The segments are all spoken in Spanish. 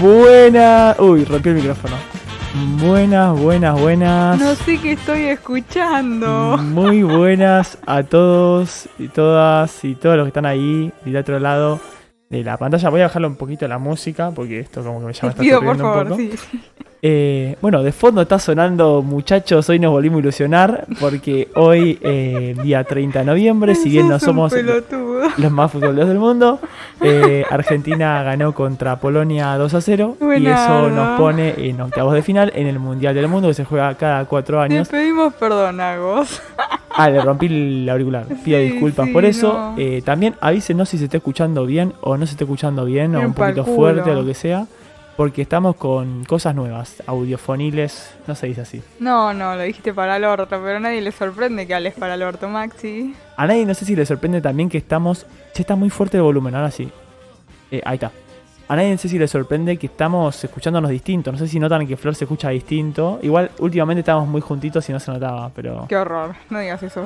Buena. Uy, rompí el micrófono. Buenas, buenas, buenas. No sé qué estoy Mm, escuchando. Muy buenas a todos y todas y todos los que están ahí del otro lado de la pantalla. Voy a bajarle un poquito la música porque esto como que me Te llama pido, por un favor, poco. sí. Eh, bueno, de fondo está sonando, muchachos, hoy nos volvimos a ilusionar porque hoy, eh, día 30 de noviembre, si bien no Sos un somos pelotudo. los más futboleros del mundo, eh, Argentina ganó contra Polonia 2 a 0 y eso Buenardo. nos pone en octavos de final en el Mundial del Mundo que se juega cada cuatro Te años. pedimos perdón a vos. Ah, le rompí el auricular. Pido Sí, disculpas sí, por eso. no. Eh, también avísenos si se está escuchando bien o no se está escuchando bien o Bien un poquito pa'l fuerte o culo. lo que sea. Porque estamos con cosas nuevas, audiofoniles, no se dice así. No, no, lo dijiste para el orto, pero a nadie le sorprende que hables para el orto, Maxi. A nadie no sé si le sorprende también que estamos... Che, está muy fuerte el volumen, ahora sí. Eh, ahí está. A nadie no sé si le sorprende que estamos escuchándonos distinto. No sé si notan que Flor se escucha distinto. Igual últimamente estábamos muy juntitos y no se notaba, pero... Qué horror, no digas eso.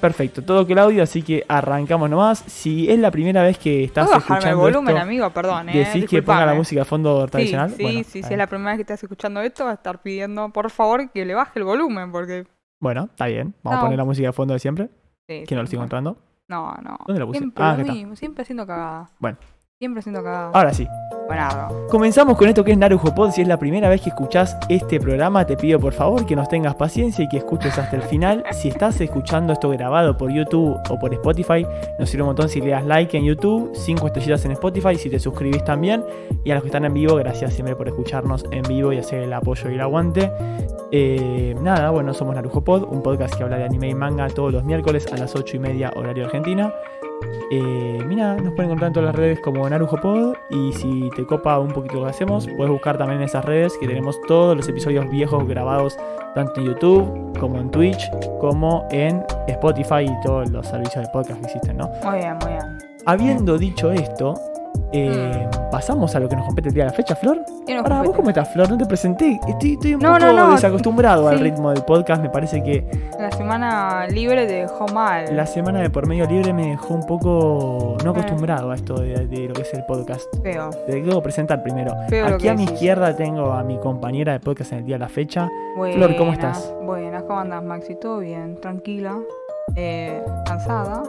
Perfecto, todo que el audio, así que arrancamos nomás. Si es la primera vez que estás ¿Puedo bajarme el escuchando volumen, esto, amigo? Perdón, eh. decís que ponga la disculpame. música a fondo Sí, tradicional. sí, bueno, sí, está si es bien. la primera vez que estás escuchando esto, vas a estar pidiendo, por favor, que le baje el volumen, porque... Bueno, está bien. Vamos a No. poner la música a fondo de siempre, sí, que no lo estoy sí, encontrando. No, no. ¿Dónde la puse? Siempre Ah, lo acá está. mismo, siempre haciendo cagada. Bueno. Ah. Siempre haciendo cagada. Ahora sí, Buenardo. comenzamos con esto que es Narujo Pod. Si es la primera vez que escuchás este programa, te pido por favor que nos tengas paciencia y que escuches hasta el final. Si estás escuchando esto grabado por YouTube o por Spotify, nos sirve un montón si le das like en YouTube, 5 estrellitas en Spotify, si te suscribís también. Y a los que están en vivo, gracias siempre por escucharnos en vivo y hacer el apoyo y el aguante. Eh, nada, bueno, somos Narujo Pod, un podcast que habla de anime y manga todos los miércoles a las 8 y media horario argentina. Eh, mira, nos pueden encontrar en todas las redes como Narujo Pod y si te copa un poquito lo que hacemos, puedes buscar también en esas redes que tenemos todos los episodios viejos grabados tanto en YouTube como en Twitch como en Spotify y todos los servicios de podcast que existen, ¿no? Muy bien, muy bien. Habiendo dicho esto, eh, pasamos a lo que nos compete el día de la fecha, Flor. ¿Qué Mm. nos Ahora, ¿vos compete? cómo estás, Flor? No te presenté. Estoy, estoy un No, poco no, no. desacostumbrado al Sí. ritmo del podcast. Me parece que La semana libre de Jomal. la semana de por medio libre me dejó un poco Mm. no acostumbrado a esto de, de lo que es el podcast. Feo. Te debo presentar primero. Feo lo Aquí que a mi decís. izquierda tengo a mi compañera de podcast en el día de la fecha. Flor, Buenas, ¿cómo estás? Buenas, ¿cómo andas, Maxi? ¿Todo bien? Tranquila. Eh, cansada.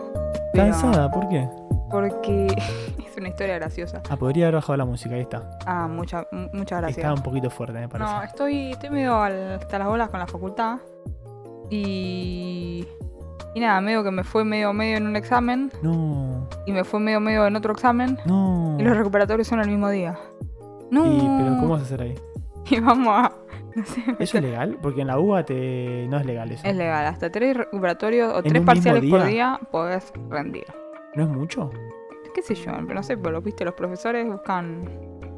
pero- ¿Cansada? ¿Por qué? Porque es una historia graciosa. Ah, podría haber bajado la música. Ahí está. Ah, mucha, mu- muchas gracias. Estaba un poquito fuerte, me parece. no, estoy, estoy medio al- hasta las bolas con la facultad. Y. Y nada, medio que me fue medio medio en un examen. No, Y me fue medio medio en otro examen. no. Y los recuperatorios son el mismo día. No. Mm. Y, pero ¿cómo vas a hacer ahí? Y vamos a. No sé. ¿Eso es legal? Porque en la UBA te... no es legal eso. Es legal, hasta tres recuperatorios o ¿En tres un mismo parciales por día? día podés rendir. ¿No es mucho? ¿Qué sé yo? Pero no sé, pero lo viste, los profesores buscan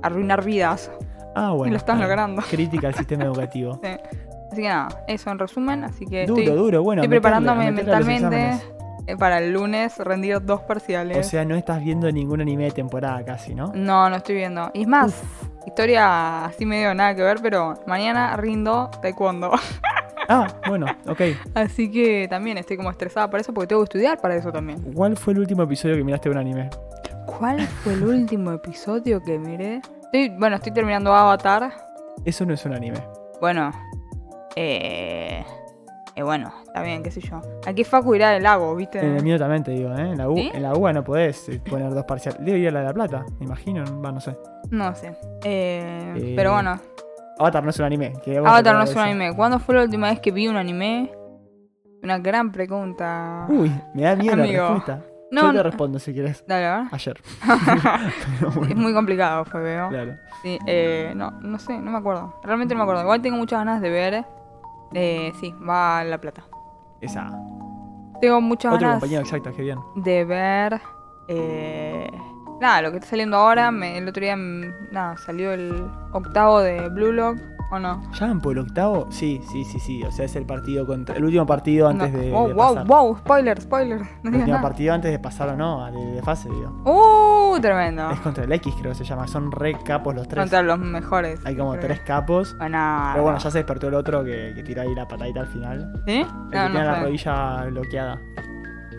arruinar vidas. Ah, bueno. y lo está están bien. logrando. Crítica al sistema educativo. Así que nada, eso en resumen. Así que duro, estoy, duro. Bueno, estoy meterle, preparándome meterle a los mentalmente exámenes. eh, para el lunes rendir dos parciales. O sea, no estás viendo ningún anime de temporada casi, ¿no? no, no estoy viendo. Y es más, historia así medio nada que ver, pero mañana rindo taekwondo. Ah, bueno, ok. así que también estoy como estresada por eso porque tengo que estudiar para eso también. ¿Cuál fue el último episodio que miraste de un anime? ¿Cuál fue el último episodio que miré? Estoy- bueno, estoy terminando Avatar. Eso no es un anime. Bueno, eh, eh, bueno, está bien, qué sé yo. Aquí Facu irá del lago, ¿viste? En el mío también te digo, ¿eh? En la, U, ¿Sí? en la UBA no podés eh, poner dos parciales. Debe ir a la de La Plata, me imagino. Va, no sé. No sé. Eh, Eh, pero bueno, Avatar no es un anime. que hemos Avatar no hablado es de un eso. anime. ¿Cuándo fue la última vez que vi un anime? Una gran pregunta. Uy, me da miedo Amigo. la respuesta. no, Uh, Yo te no- respondo si querés. dale, a ver. Ayer. Pero Es bueno, muy complicado, fue, veo. claro. Sí, eh, no, no sé, no me acuerdo. Realmente no me acuerdo. Igual tengo muchas ganas de ver. Eh, sí, va a La Plata. Esa. Tengo muchas Otro ganas. compañero, exacto, qué bien. de ver eh, nada lo que está saliendo ahora me- el otro día mm, nada salió el octavo de Blue Lock o no ¿Ya van por el octavo? Sí, sí, sí, sí. O sea, es el partido contra. El último partido antes No. de. wow de wow pasar. wow spoiler spoiler no El digas último nada partido antes de pasar o no, de, de fase, digo. uh tremendo Es contra el X, creo que se llama. Son re capos los tres. contra los mejores Hay como creo. tres capos. bueno, Pero bueno, ya se despertó el otro que, que tira ahí la patadita al final. ¿Sí? El que no, tiene la no sé. rodilla bloqueada.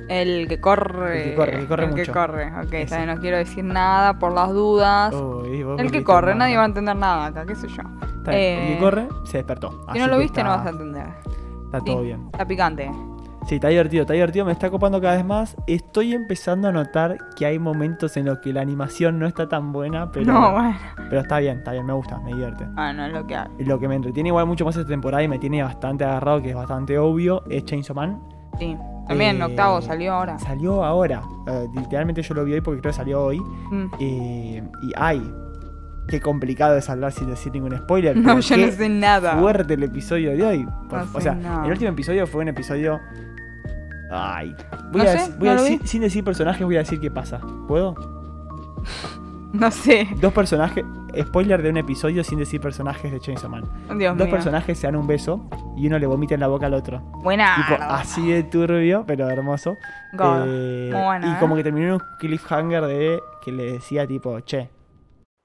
El que corre. El que corre, el que corre el mucho. que corre, ok. Ese. está bien, no quiero decir nada por las dudas. Oh, y vos Ah, el que volviste corre, mal. nadie va a entender nada acá, qué sé yo. Está bien, El eh, que corre se despertó. Si así no lo que viste, no está- vas a entender. Está Sí, todo bien. Está picante. Sí, está divertido, está divertido, me está copando cada vez más. Estoy empezando a notar que hay momentos en los que la animación no está tan buena, pero, No, bueno. pero está bien, está bien, me gusta, me divierte. Ah, no es lo que hay. Lo que me entretiene igual mucho más esta temporada y me tiene bastante agarrado, que es bastante obvio, es Chainsaw Man. Sí. También Eh, octavo salió ahora. Salió ahora, eh, literalmente yo lo vi hoy porque creo que salió hoy. Mm. eh, y ay, qué complicado es hablar sin decir ningún spoiler. No, pero yo qué no sé nada. fuerte el episodio de hoy. Por- No sé o sea, nada. el último episodio fue un episodio. Ay. Voy No a, sé, dec- voy no a lo decir- vi. sin decir personajes, voy a decir qué pasa. ¿Puedo? No sé. Dos personajes. Spoiler de un episodio sin decir personajes de Chainsaw Man. Dios Dos mío. personajes se dan un beso y uno le vomita en la boca al otro. Buena. Tipo, así de turbio, pero hermoso. Ah, God. Eh, Muy bueno, y ¿eh? como que terminó en un cliffhanger de que le decía tipo, che,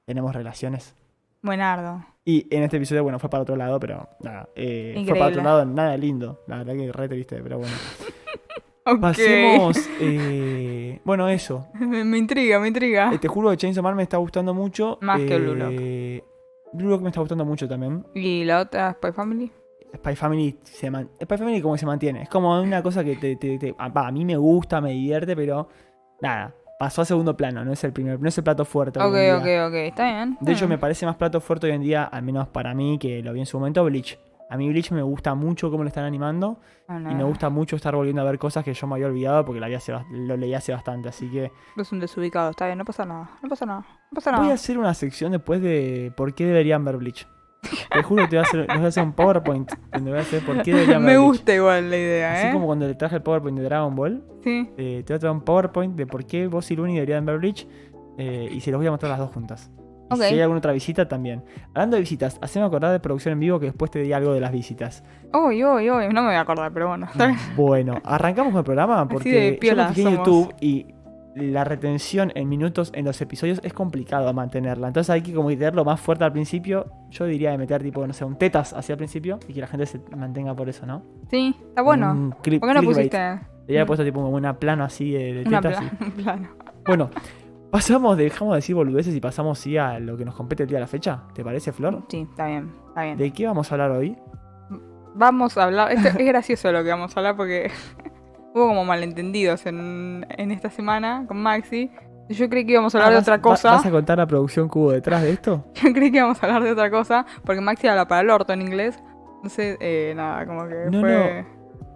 tenemos relaciones. Buenardo. Y en este episodio, bueno, fue para otro lado, pero nada. eh, fue Increíble. para otro lado, nada lindo. La verdad que re triste, pero bueno. Ok. Pasemos. eh, bueno, eso. me, me intriga, me intriga. Eh, te juro que Chainsaw Man me está gustando mucho. Más que Blue Lock. Blue Lock me está gustando mucho también. ¿Y la otra Spy Family? Spy Family se man- Spy Family como que se mantiene. Es como una cosa que te, te- te- ah, va, a mí me gusta, me divierte, pero nada. Pasó a segundo plano, no es el primer, no es el plato fuerte. hoy en Ok, día. ok, ok. Está bien. ah. De hecho, Mm. me parece más plato fuerte hoy en día, al menos para mí, que lo vi en su momento, Bleach. A mí Bleach me gusta mucho cómo lo están animando. Ah, no, Y me gusta mucho estar volviendo a ver cosas que yo me había olvidado porque la había hace bas- lo leí hace bastante. Así que Es un desubicado, está bien, no pasa nada. No pasa nada. No pasa voy a nada. hacer una sección después de por qué deberían ver Bleach. Te juro que te voy a hacer, les voy a hacer un PowerPoint donde voy a hacer por qué deberían ver me Bleach. gusta igual la idea, ¿eh? Así como cuando le traje el PowerPoint de Dragon Ball, Sí. eh, te voy a traer un PowerPoint de por qué vos y Luni deberían ver Bleach eh, y se los voy a mostrar las dos juntas. Y Ok. Si hay alguna otra visita también. Hablando de visitas, haceme acordar de producción en vivo que después te di algo de las visitas. Uy, uy, uy, no me voy a acordar, pero bueno. Mm. está bien. Bueno, arrancamos con el programa de porque yo me piola fijé en somos. YouTube y la retención en minutos en los episodios es complicado mantenerla. Entonces hay que como meterlo más fuerte al principio. Yo diría de meter tipo, no sé, un tetas hacia el principio y que la gente se mantenga por eso, ¿no? Sí, está Ah, bueno. Un clip- ¿Por qué no Mm. clickbait. pusiste Le había puesto tipo una plano así de, de una tetas. pla- un plano? y- Bueno, pasamos, dejamos de decir boludeces y pasamos sí a lo que nos compete el día de la fecha. ¿Te parece, Flor? Sí, está bien, está bien. ¿De qué vamos a hablar hoy? Vamos a hablar, esto es gracioso lo que vamos a hablar porque hubo como malentendidos en, en esta semana con Maxi. Yo creí que íbamos a hablar Ah, de ¿vas- otra va- cosa. ¿Vas a contar la producción que hubo detrás de esto? Yo creí que íbamos a hablar de otra cosa, porque Maxi habla para el orto en inglés. Entonces, eh, nada, como que No, fue,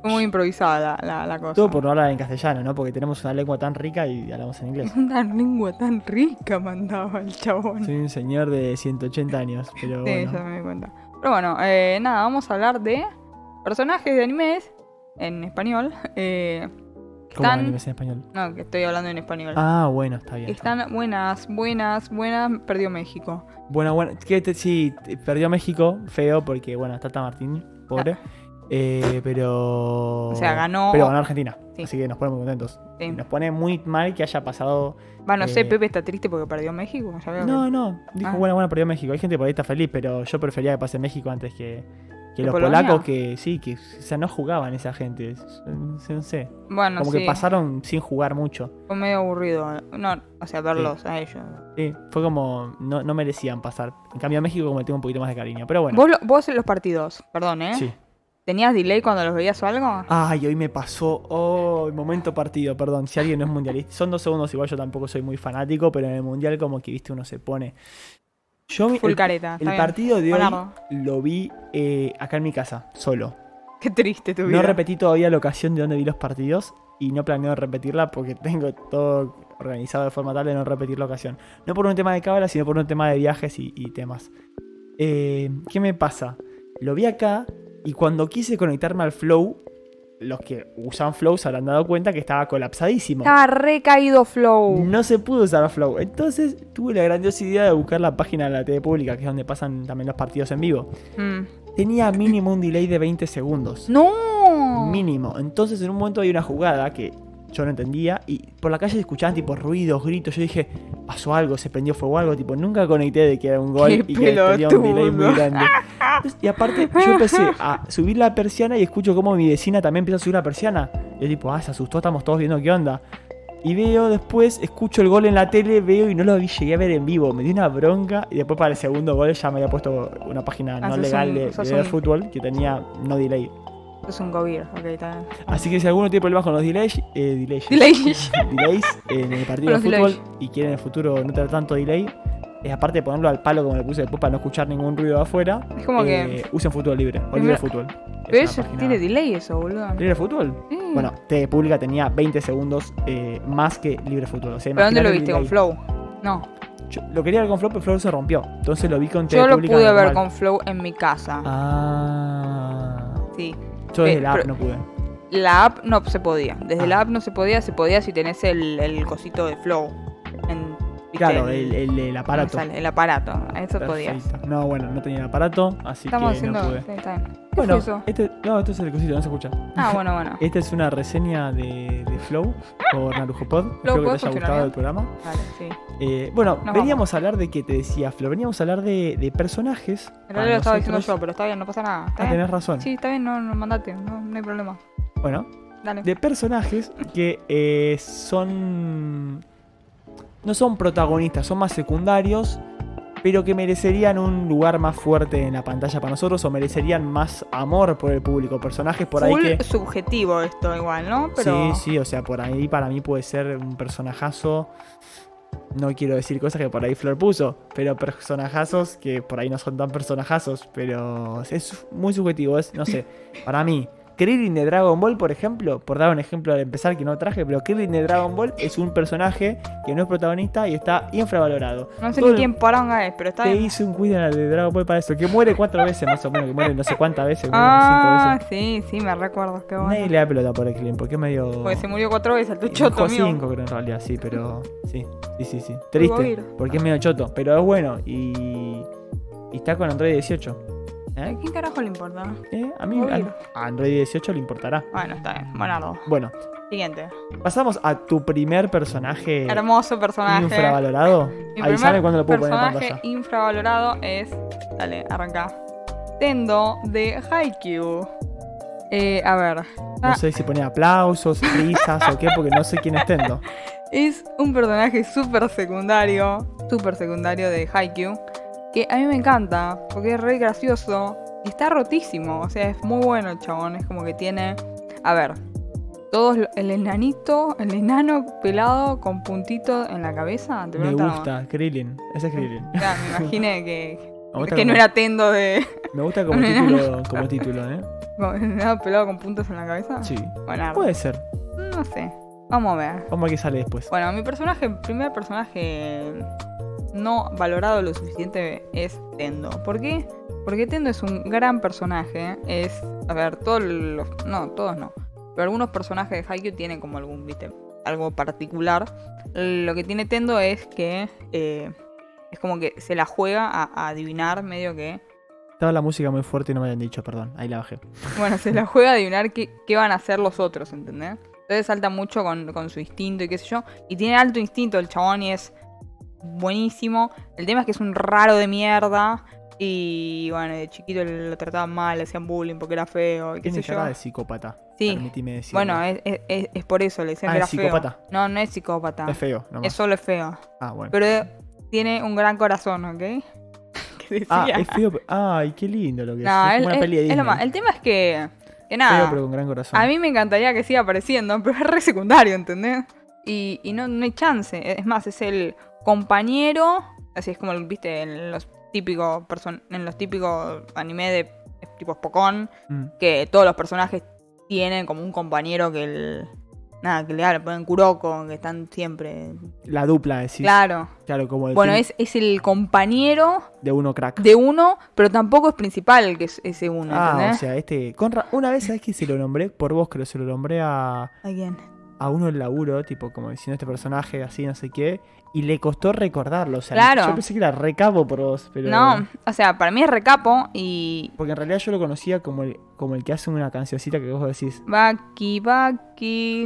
fue muy improvisada la, la, la cosa. Todo por no hablar en castellano, ¿no? Porque tenemos una lengua tan rica y hablamos en inglés. Una lengua tan rica mandaba el chabón. Soy un señor de 180 años, pero Sí, bueno. ya me di cuenta. Pero bueno, eh, nada, vamos a hablar de personajes de animes en español. eh, ¿Cómo Tan- animes en español? no, que estoy hablando en español. Ah, bueno, está bien. Están buenas, buenas, buenas. Perdió México. Bueno, bueno, que te- sí, te- perdió México, feo, porque bueno, Tata Martín, pobre. Eh, pero. O sea, ganó- Oh, Pero ganó Argentina. Sí. Así que nos pone muy contentos. Sí. Nos pone muy mal que haya pasado. Va, no sé, Eh, Pepe está triste porque perdió México. ya veo No, no. Dijo, Ah. bueno, bueno, perdió México. Hay gente por ahí está feliz, pero yo prefería que pase México antes que. Que ¿Que los Polonia? polacos que sí, que o sea, no jugaban esa gente. No sé. que- Bueno, Como sí, que pasaron sin jugar mucho. fue medio aburrido. No, o sea, verlos a ellos. Sí, fue como. No, no merecían pasar. En cambio, a México como le tengo un poquito más de cariño. Pero bueno. Vos, lo- vos en los partidos, perdón, ¿eh? Sí. ¿Tenías delay cuando los veías o algo? Ay, hoy me pasó. Oh, momento partido, perdón. Si alguien no es mundialista. Son dos segundos, igual yo tampoco soy muy fanático, pero en el mundial, como que viste, uno se pone. Yo mi- Full el, careta. el está bien. partido de hoy Buenardo. lo vi eh, acá en mi casa, solo. Qué triste tu vida. No repetí todavía la ocasión de donde vi los partidos y no planeo repetirla porque tengo todo organizado de forma tal de no repetir la ocasión. No por un tema de cábala, sino por un tema de viajes y, y temas. Eh, ¿Qué me pasa? Lo vi acá y cuando quise conectarme al flow, los que usan flow se habrán dado cuenta que estaba colapsadísimo. Estaba recaído Flow. No se pudo usar Flow. Entonces tuve la grandiosa idea de buscar la página de la TV pública, que es donde pasan también los partidos en vivo. Mm. Tenía mínimo un delay de 20 segundos No. mínimo. Entonces en un momento hay una jugada que yo no entendía y por la calle se escuchaban tipo ruidos, gritos. Yo dije, pasó algo, se prendió fuego algo, tipo, nunca conecté de que era un gol ¡Qué y que tenía un delay muy pelotudo! grande. Entonces, y aparte yo empecé a subir la persiana y escucho como mi vecina también empieza a subir la persiana. Yo tipo, ah, se asustó, estamos todos viendo qué onda. Y veo después, escucho el gol en la tele, veo y no lo vi, llegué a ver en vivo. Me dio una bronca y después para el segundo gol ya me había puesto una página Ah, no sos legal un- de, de sos ver un- fútbol que tenía no delay. Es un Govir, ok, está bien. Así que si alguno tiene problemas con los delays, eh, delays, Delays. delays en el partido de Con los fútbol delays. y quieren en el futuro no tener tanto delay, es aparte de ponerlo al palo como le puse después para no escuchar ningún ruido de afuera, Es como eh, usen fútbol libre o libre Primero- fútbol. Es que. Pero una eso página- tiene Mm. delay eso, boludo. ¿Libre fútbol? Sí. Bueno, TV Pública tenía 20 segundos eh, más que Libre Fútbol. O sea, ¿Pero dónde lo imaginate viste? el ¿Con delay. Flow? No. Yo lo quería ver con Flow, pero Flow se rompió. Entonces lo vi con TV Yo lo Pública pude ver normal. con Flow en mi casa. Ah. Sí. Yo desde Eh, la app pero- no pude. La app no se podía. Desde Ah. la app no se podía, se podía si tenés el, el cosito de Flow. En, ¿viste? Claro, el, el, el ¿cómo aparato. sale? El aparato. Eso podías. Perfecto. No, bueno, no tenía el aparato, así Estamos que haciendo. no pude. sí, está bien. ¿Qué Bueno, eh, fue eso? este, no, esto es el cosito, no se escucha. Ah, bueno, bueno. Esta es una reseña de, de Flow por Narujo Pod. Espero que ¿puedo te haya continuar, gustado no? el programa. Vale, sí. Eh, bueno, Nos veníamos a hablar de que te decía Flor, veníamos a hablar de, de personajes. En para realidad lo estaba diciendo nosotros. yo, pero está bien, no pasa nada. ¿Está Ah, bien? tenés razón. Sí, está bien, no, no mandate, no, no hay problema. Bueno, Dale. de personajes que eh, son. No son protagonistas, son más secundarios, pero que merecerían un lugar más fuerte en la pantalla para nosotros o merecerían más amor por el público. Personajes por Full ahí que. subjetivo esto igual, ¿no? Pero Sí, sí, o sea, por ahí para mí puede ser un personajazo. No quiero decir cosas que por ahí Flor puso, pero personajazos que por ahí no son tan personajazos, pero es muy subjetivo, es, no sé, para mí. Krillin de Dragon Ball, por ejemplo, por dar un ejemplo al empezar que no traje, pero Krillin de Dragon Ball es un personaje que no es protagonista y está infravalorado. no sé Todo ni el- quién paranga es, pero está Te bien. hice un quiz en la de Dragon Ball para eso, que muere cuatro veces más o menos, que muere no sé cuántas veces, muere como cinco Ah, veces. sí, sí, me recuerdo, qué Nadie bueno. le da pelota por el Krillin, porque es medio... Porque se murió cuatro veces, tu Choto choto mío. 5 creo en realidad, sí, pero sí, sí, sí, sí. Voy a Triste, ir. porque es medio choto, pero es bueno y, y está con Android 18. ¿A quién carajo le importa? Eh, A mí Voy a a, ir. a Android 18 le importará. Bueno, está bien, Bonardo. Bueno, Siguiente. pasamos a tu primer personaje Hermoso personaje. infravalorado. Mi Eh, Ahí primer sabe cuándo lo puedo poner en personaje pantalla. infravalorado es. Dale, arranca. Tendo de Haikyuu. Eh, a ver. No sé si pone aplausos, risas o qué, porque no sé quién es Tendo. Es un personaje súper secundario, súper secundario de Haikyuu, que a mí me encanta, porque es re gracioso, y está rotísimo, o sea, es muy bueno el chabón, es como que tiene, a ver, todos lo- el enanito, el enano pelado con puntito en la cabeza, te Me preguntan, gusta, Krillin. Ese es Krillin. o sea, me imaginé que, Me gusta, que como, no era tendo de me gusta como un título, como título, ¿eh? con el enano pelado con puntos en la cabeza. Sí. Bueno, ar- Puede ser. no sé, vamos a ver. Vamos a ver qué sale después. Bueno, mi personaje, primer personaje no valorado lo suficiente es Tendo. ¿Por qué? Porque Tendo es un gran personaje. Es, a ver, todos los. No, todos no. Pero algunos personajes de Haikyuu tienen como algún, viste, algo particular. Lo que tiene Tendo es que. eh, es como que se la juega a, a adivinar, medio que. Estaba la música muy fuerte y no me habían dicho, perdón. Ahí la bajé. Bueno, se la juega a adivinar qué, qué van a hacer los otros, ¿entendés? Entonces salta mucho con, con su instinto y qué sé yo. Y tiene alto instinto el chabón y es buenísimo. El tema es que es un raro de mierda. Y bueno, de chiquito lo trataban mal, le hacían bullying porque era feo y qué Tiene sé yo. cara de psicópata. Sí. Permitime decirlo. Bueno, es, es- es- es por eso, le decían Ah, que era es psicópata. feo. No, no es psicópata. Es feo, nomás. Es solo es feo. Ah, bueno. Pero tiene un gran corazón, ¿ok? que decía. ah, es feo. pero- Ay, qué lindo lo que no, es. Es él- como una él- peli de es lo Disney. más. El tema es que. Que nada. Feo, pero con gran corazón. A mí me encantaría que siga apareciendo, pero es re secundario, ¿entendés? Y, y no, no hay chance. Es más, es el compañero. Así es como, viste, en los típicos person- en los típicos anime de tipo Spokon, Mm. que todos los personajes tienen como un compañero que el. Nada, que le habla, ponen Kuroko, que están siempre. La dupla, decís. Claro, Claro. como el Bueno, team es, es el compañero de uno crack. de uno, pero tampoco es principal el que es ese uno, ah, ¿entendés? o sea, este. Con ra- Una vez, ¿sabes que se lo nombré? Por vos, creo. Se lo nombré a, ¿A quién? a uno del laburo, tipo, como diciendo este personaje, así, no sé qué. Y le costó recordarlo. O sea, Claro. yo pensé que era recabo por vos, pero. No, o sea, para mí es recapo y, Porque en realidad yo lo conocía como el, como el que hace una cancioncita que vos decís, Baki Baki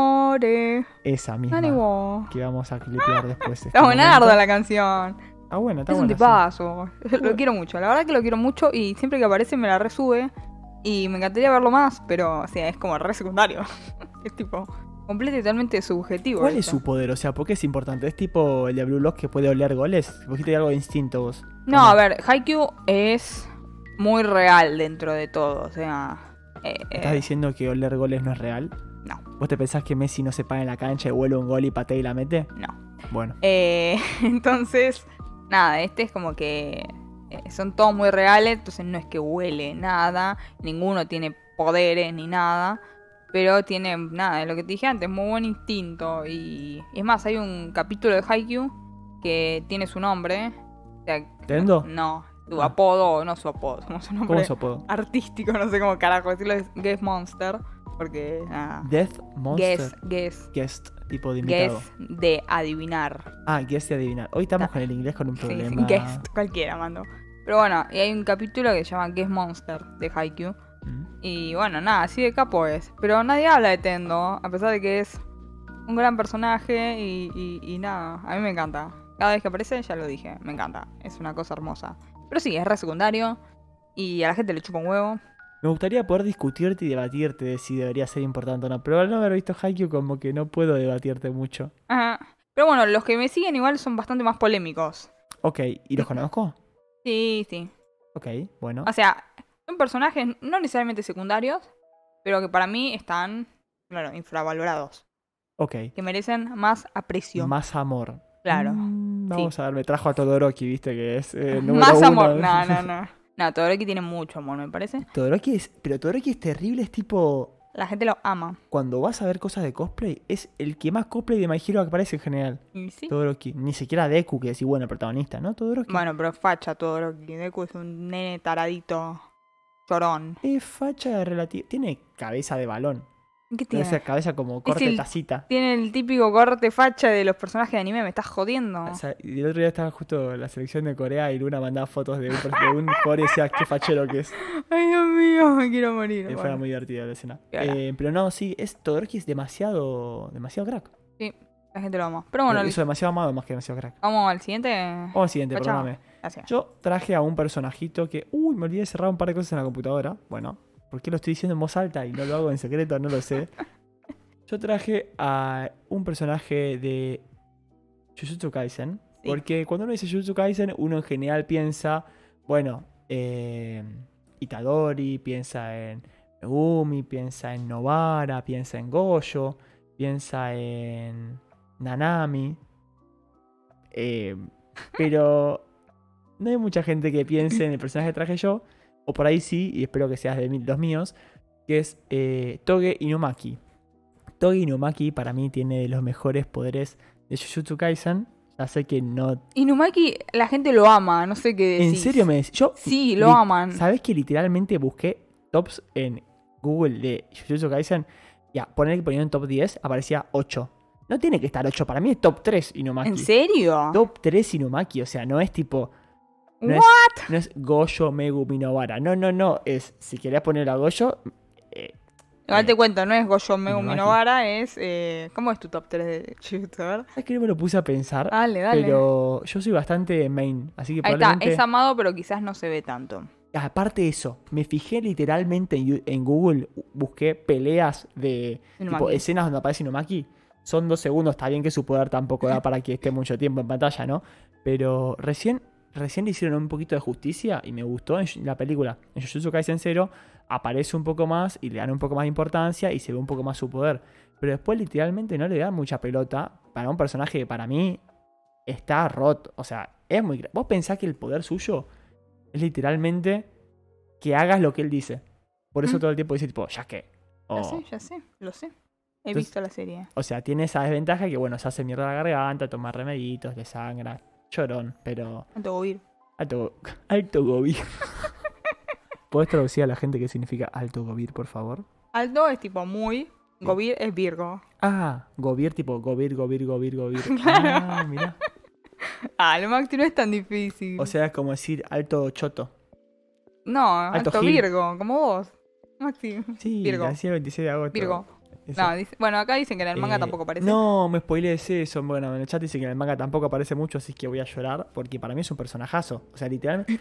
Niore. esa misma. Dale vos. que vamos a clipear después. este Está buenardo la canción. Ah, bueno, está es un bueno. sí. tipazo. Lo quiero mucho. La verdad que lo quiero mucho y siempre que aparece me la resube. Y me encantaría verlo más, pero, o sea, es como re secundario. es tipo, completamente subjetivo. ¿Cuál es esto. su poder? O sea, ¿por qué es importante? ¿Es tipo el de Blue Lock que puede oler goles? Vos dijiste algo de instinto vos. No, a ver, Haikyuu es muy real dentro de todo. O sea, eh, eh, ¿Estás diciendo que oler goles no es real? No. ¿Vos te pensás que Messi no se para en la cancha y vuelve un gol y patea y la mete? no. Bueno, Eh, entonces, nada, este es como que eh, son todos muy reales, entonces no es que huele nada, ninguno tiene poderes ni nada. Pero tiene, nada, lo que te dije antes, muy buen instinto. Y y es más, hay un capítulo de Haikyuu que tiene su nombre. O sea, ¿Tendo? No, su Ah. apodo, no su apodo, como su nombre. ¿cómo se apodo? artístico, no sé cómo carajo decirlo, es Guess Monster, porque nada. Death Monster. Guess, guess, Guest, tipo de invitado. guess de adivinar. Ah, guest de adivinar. Hoy estamos con el inglés con un Sí, sí, problema. guess, cualquiera mando. Pero bueno, y hay un capítulo que se llama Guess Monster de Haikyuu. Mm. Y bueno, nada, así de capo es. Pero nadie habla de Tendo, a pesar de que es un gran personaje y, y- y nada, a mí me encanta. Cada vez que aparece, ya lo dije, me encanta. Es una cosa hermosa. Pero sí, es re secundario y a la gente le chupa un huevo. Me gustaría poder discutirte y debatirte de si debería ser importante o no, pero al no haber visto Haikyuu como que no puedo debatirte mucho. Ajá. Pero bueno, los que me siguen igual son bastante más polémicos. Ok, ¿y los conozco? Sí, sí. Ok, bueno. O sea, son personajes no necesariamente secundarios, pero que para mí están, claro, infravalorados. Ok, Que merecen más aprecio. más amor. claro. Mm, vamos a ver, me trajo a Todoroki, viste que es eh, el número más uno. amor. No, no, no. No, Todoroki tiene mucho amor, me parece. Todoroki es, pero Todoroki es terrible, es tipo, La gente lo ama. cuando vas a ver cosas de cosplay, es el que más cosplay de My Hero aparece en general. ¿Y sí? Todoroki, ni siquiera Deku, que decís, bueno, el protagonista, ¿no? Todoroki. Bueno, pero facha Todoroki. Deku es un nene taradito. Chorón. Es facha relativa. Tiene cabeza de balón. ¿Qué Tiene tiene? esa cabeza como corte el- tacita. Tiene el típico corte facha de los personajes de anime. Me estás jodiendo. O sea, y el otro día estaba justo la selección de Corea y Luna mandaba fotos de un, de un jugador y decía qué fachero que es. Ay, Dios mío, me quiero Eh, morir. Fuera bueno. muy divertida la escena. Claro. Eh, pero no, sí, es Todoroki es demasiado, demasiado crack. La gente lo ama. Pero bueno, Lo hizo demasiado amado más que demasiado crack. vamos al siguiente. Vamos al siguiente, Facha. perdóname. Gracias. Yo traje a un personajito que. Uy, me olvidé de cerrar un par de cosas en la computadora. Bueno, ¿por qué lo estoy diciendo en voz alta y no lo hago en secreto? No lo sé. Yo traje a un personaje de Jujutsu Kaisen. Sí. Porque cuando uno dice Jujutsu Kaisen, uno en general piensa, bueno, eh, Itadori, piensa en Megumi, piensa en Novara, piensa en Goyo, piensa en Nanami. Eh, pero no hay mucha gente que piense en el personaje que traje yo, o por ahí sí, y espero que seas de mí- los míos, que es eh, Toge Inumaki. Toge Inumaki para mí tiene de los mejores poderes de Jujutsu Kaisen. Ya sé que no... Inumaki, la gente lo ama, no sé qué decir. ¿En serio me decís? Yo... Sí, lo li- aman. ¿Sabes que literalmente busqué tops en Google de Jujutsu Kaisen? Ya, poner que ponían top 10, aparecía 8. No tiene que estar 8, para mí es top 3 Inumaki. ¿En serio? Top 3 Inumaki, o sea, no es tipo. No es, no es Goyo Megumi Novara. No, no, no. Es si querés poner a Goyo. eh, Igual te cuento, no es Goyo Megumi Inumaki. Novara, es. eh, ¿Cómo es tu top 3 de Jujutsu? A ver. ¿Sabes que no me lo puse a pensar? Dale, Ah, dale. Pero yo soy bastante main. Así que Ahí está, probablemente. es amado, pero quizás no se ve tanto. Aparte de eso, me fijé literalmente en, Yu- en Google. Busqué peleas de. Inumaki. Tipo, escenas donde aparece Inumaki. Son dos segundos. Está bien que su poder tampoco da para que esté mucho tiempo en pantalla, ¿no? Pero recién. Recién le hicieron un poquito de justicia y me gustó en la película. En Jujutsu Kaisen 0 aparece un poco más y le dan un poco más de importancia y se ve un poco más su poder. Pero después literalmente no le dan mucha pelota para un personaje que para mí está roto. O sea, es muy... gra- Vos pensás que el poder suyo es literalmente que hagas lo que él dice. Por eso Mm. todo el tiempo dice tipo, ya que. Ya O- sé, ya sé, lo sé. He Entonces- visto la serie. o sea, tiene esa desventaja que, bueno, se hace mierda la garganta, toma remeditos, le sangra, llorón, pero Tanto oír. alto, alto gobir. ¿Podés traducir a la gente qué significa alto gobir, por favor? Alto es tipo muy. Gobir es Virgo. Ah, gobir tipo gobir, gobir, gobir, gobir. Claro. Ah, mirá. Ah, lo Maxi no es tan difícil. O sea, es como decir alto choto. no, alto alto, Gil. Virgo, como vos. Maxi. Sí, Virgo. nací el 26 de agosto. Virgo. Eso. No, dice- bueno, acá dicen que en el manga Eh, tampoco aparece. No, me spoilees eso. Bueno, en el chat dicen que en el manga tampoco aparece mucho, así que voy a llorar porque para mí es un personajazo. O sea, literalmente.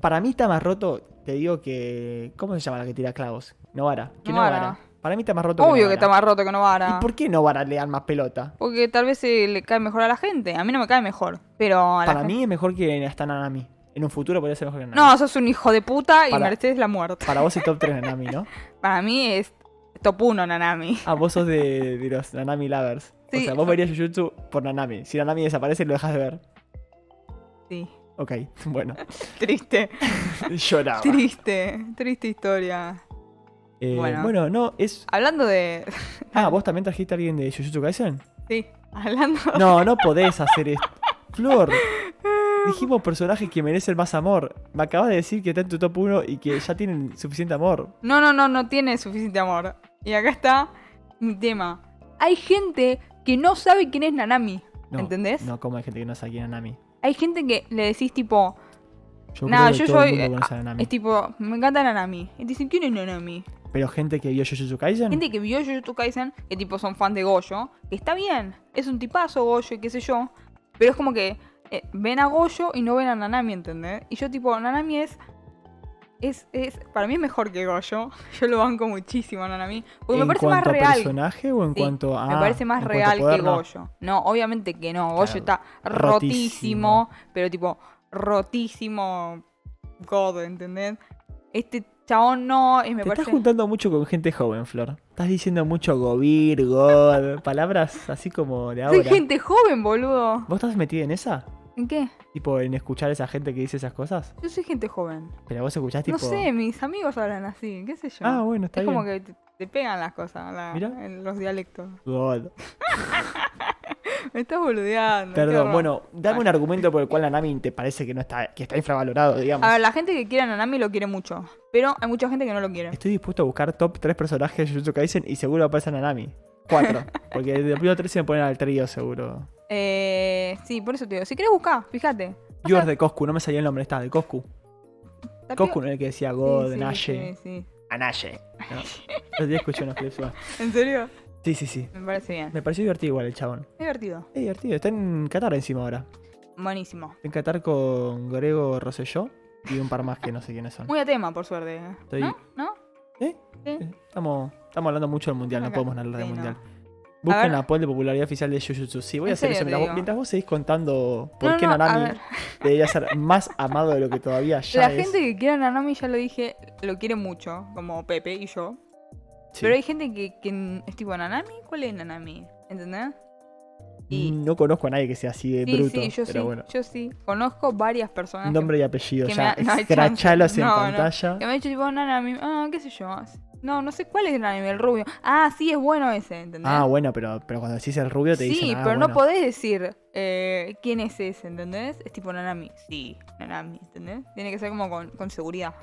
Para mí está más roto, te digo que. ¿Cómo se llama la que tira clavos? Novara. Que Novara. Novara. Para mí está más roto. Obvio que está Novara. más roto que Novara. ¿Y por qué Novara le dan más pelota? Porque tal vez eh, le cae mejor a la gente. A mí no me cae mejor. Pero a la Para gente- mí es mejor que hasta Nanami. En un futuro podría ser mejor que Nanami. No, sos un hijo de puta y Para- mereces la muerte. Para vos es top 3 Nanami, ¿no? Para mí es top 1 Nanami. Ah, vos sos de, de los Nanami lovers. O Sí. sea, vos verías Jujutsu por Nanami. Si Nanami desaparece, lo dejas de ver. Sí. Ok, bueno. Triste. Ah, Lloraba. Triste. Triste historia. Eh, bueno. Bueno. no, es. Hablando de. Ah, ¿vos también trajiste a alguien de Jujutsu Kaisen? Sí. Hablando. No, no podés hacer esto. Flor, dijimos personajes que merecen más amor. Me acabas de decir que está en tu top 1 y que ya tienen suficiente amor. No, no, no, no tiene suficiente amor. Y acá está mi tema. Hay gente que no sabe quién es Nanami. No, ¿Entendés? No, como hay gente que no sabe quién es Nanami. Hay gente que le decís tipo. Yo Nah, creo que yo todo el soy- eh, mundo conoce a Nanami. Es tipo, me encanta Nanami. Y te dicen, ¿quién es Nanami? Pero gente que vio Jujutsu Kaisen. Gente que vio Jujutsu Kaisen, que tipo son fan de Goyo, que está bien, es un tipazo Goyo y qué sé yo, pero es como que eh, ven a Goyo y no ven a Nanami, ¿entendés? Y yo tipo, Nanami es... Es, es, para mí es mejor que Goyo. Yo lo banco muchísimo a Nanami. Porque me ¿En parece más cuanto a real. personaje o en Sí, cuanto a.? me parece más en cuanto a real poder, que no. Goyo. No, obviamente que no. Goyo Claro, está rotísimo. rotísimo, pero tipo, rotísimo God, ¿entendés? Este chabón no, y me Te parece. estás juntando mucho con gente joven, Flor. Estás diciendo mucho Gobir, God, palabras así como de Soy ahora. gente joven, boludo. ¿Vos estás metida en esa? ¿En qué? Tipo, en escuchar a esa gente que dice esas cosas. Yo soy gente joven. Pero vos escuchás tipo. No sé, mis amigos hablan así, qué sé yo. Ah, bueno, está es bien. como que te, te pegan las cosas, la- Mirá. en los dialectos. God. Me estás boludeando. qué Perdón, horror. bueno, dame Bueno. un argumento por el cual Nanami te parece que no está, que está infravalorado, digamos. A ver, la gente que quiere a Nanami lo quiere mucho, pero hay mucha gente que no lo quiere. Estoy dispuesto a buscar top 3 personajes de Jujutsu Kaisen y seguro aparece Nanami. 4. Porque de primero 3 se me ponen al trío, seguro. Eh, sí, por eso te digo. Si querés buscar, fíjate. Yours de Coscu, no me salía el nombre, está, de Coscu. Tapio- Coscu no era el que decía Sí, God, sí, Naye. sí, Anaye. No, Otro día escuché unos clips igual. sí. ¿En serio? Sí, sí, sí. Me parece bien. Me pareció divertido igual el chabón. Divertido. Es divertido. Está en Qatar encima ahora. Buenísimo. Está en Qatar con Grego Rosselló y un par más que no sé quiénes son. Muy a tema, por suerte. Estoy- ¿No? ¿No? ¿Eh? Sí. Eh, Estamos, estamos hablando mucho del mundial, no Acá. podemos hablar del Sí, no. mundial. A Busquen ver. la poll de popularidad oficial de Jujutsu. Sí, voy a En hacer eso. serio, te Mientras vos, digo. mientras vos seguís contando por No, qué no, a Nanami ver. debería ser más amado de lo que todavía ya La es. gente que quiere a Nanami, ya lo dije, lo quiere mucho, como Pepe y yo. Sí. Pero hay gente que, que es tipo Nanami. ¿Cuál es Nanami? ¿Entendés? Y- No conozco a nadie que sea así de sí, bruto. sí, yo pero sí. bueno. Yo sí. Conozco varias personas. que- Nombre y apellido, que me ya. ha- no hay chance. escrachalos en No, no. pantalla. Que me ha dicho tipo Nanami. Ah, qué sé yo. No, no sé cuál es Nanami, el rubio. Ah, sí, es bueno ese, ¿entendés? Ah, bueno, pero, pero cuando decís el rubio te sí, dicen. ah, pero no bueno. podés decir eh, quién es ese, ¿entendés? Es tipo Nanami. Sí, Nanami, ¿entendés? Tiene que ser como con, con seguridad.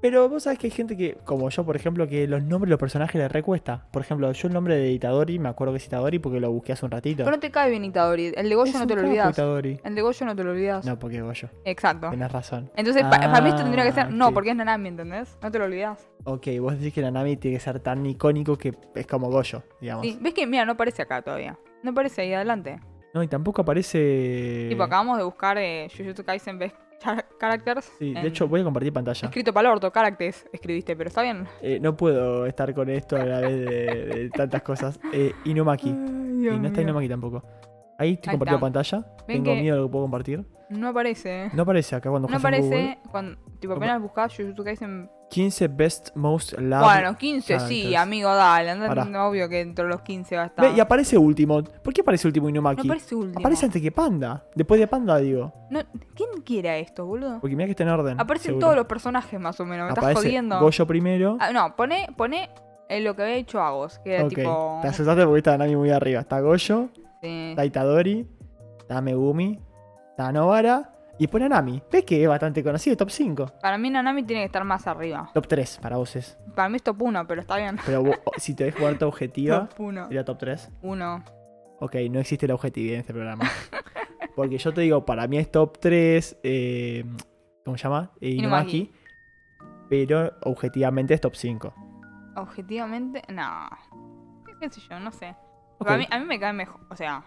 Pero vos sabés que hay gente que, como yo, por ejemplo, que los nombres de los personajes les recuesta. Por ejemplo, yo el nombre de Itadori me acuerdo que es Itadori porque lo busqué hace un ratito. Pero no te cae bien Itadori. El de Es Goyo no un te lo capo, olvidas. Itadori. El de Goyo no te lo olvidas. No, porque Goyo. Exacto. Tenés razón. Entonces, pa- para mí esto Ah, tendría que ser no, ok. porque es Nanami, ¿entendés? No te lo olvidas. Ok, vos decís que Nanami tiene que ser tan icónico que es como Goyo, digamos. Sí, ves que, mira, no aparece acá todavía. No aparece ahí adelante. No, y tampoco aparece. Tipo, acabamos de buscar eh, Jujutsu Kaisen Best Char- Characters. Sí, de en- hecho, voy a compartir pantalla. Escrito para el orto, characters escribiste, pero está bien. Eh, no puedo estar con esto a la vez de, de tantas cosas. Eh, Inumaki. y no está Inumaki tampoco. Ahí estoy Ahí compartiendo está. pantalla. Ven Tengo que- miedo de lo que puedo compartir. No aparece. eh. No aparece acá cuando No buscas en Google. aparece cuando, tipo, apenas buscás Jujutsu Kaisen. 15 Best Most Loved. Bueno, 15, sí, characters. amigo, dale. anda- Pará. no, obvio que entre los 15 va a estar. Ve, y aparece último. ¿Por qué aparece último no Inumaki? aparece último. Aparece antes que Panda. Después de Panda, digo. No, ¿Quién quiera esto, boludo? Porque mira que está en orden. Aparecen seguro. todos los personajes, más o menos. Me estás Aparece jodiendo. Goyo primero. Ah, no, pone, pone eh, lo que había hecho Agos, que era ok. tipo. Te asustaste porque está Nami muy arriba. Está Goyo, eh, está Itadori, está Megumi, está Novara y pone a Nami. Ves que es bastante conocido, top 5. para mí Nanami tiene que estar más arriba. Top 3 para vos es. Para mí es top 1, pero está bien. Pero vos, o- si te ves jugar tu objetiva, Top 1. sería top 3. 1. Ok, no existe la objetividad en este programa. Porque yo te digo, para mí es top 3. eh, ¿Cómo se llama? Eh, Inumaki. Inumaki. Pero objetivamente es top 5. Objetivamente, no. ¿Qué, qué sé yo? No sé. Ok. Para mí- a mí me cae mejor. O sea,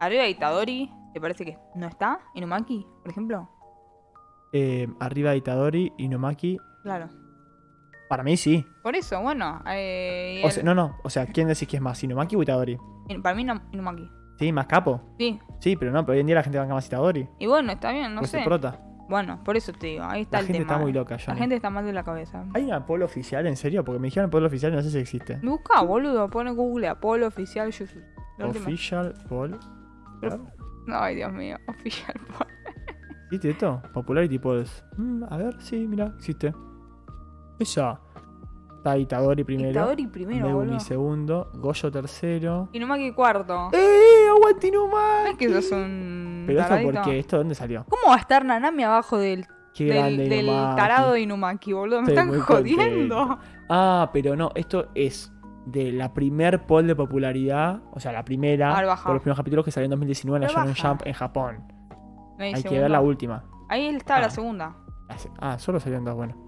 arriba de Itadori, ¿te parece que no está? ¿Inumaki, por ejemplo? eh, arriba de Itadori, Inomaki. Claro. Para mí sí. Por eso, bueno. eh, y O el- sea, no, no. O sea, ¿quién decís que es más, Inomaki o Itadori? y Para mí, no, Inumaki. Sí, más capo. Sí. Sí, pero no, pero hoy en día la gente banca más Itadori. Y bueno, está bien, no pues sé. el prota. Bueno, por eso te digo. Ahí está La el gente tema. eh. está muy loca, La Johnny. gente está mal de la cabeza. ¿Hay un Apolo oficial, en serio? Porque me dijeron Apolo oficial y no sé si existe. Me busca, boludo. Pone Google Apolo oficial. Yo, la última- Official Paul. Ay, Dios mío. Oficial. ¿Viste esto? Popularity polls. Mm, a ver, sí, mira, existe. Esa. Está Itadori primero. Dictador primero, Megumi boludo. segundo. Goyo tercero. Inumaki cuarto. ¡Eh! ¡Aguante No es Inumaki! que sos un. Pero esto taradito. porque, ¿esto dónde salió? ¿Cómo va a estar Nanami abajo del, Qué del, grande del Inumaki. tarado de Inumaki, boludo? Me Estoy están muy jodiendo. Ah, pero no, esto es de la primer poll de popularidad, o sea, la primera, A ver, baja. por los primeros capítulos que salió en 2019 en la Pero Shonen baja. Jump en Japón. No Hay segunda. que ver la última. Ahí está Ah. la segunda. La se- Ah, solo salieron dos, bueno.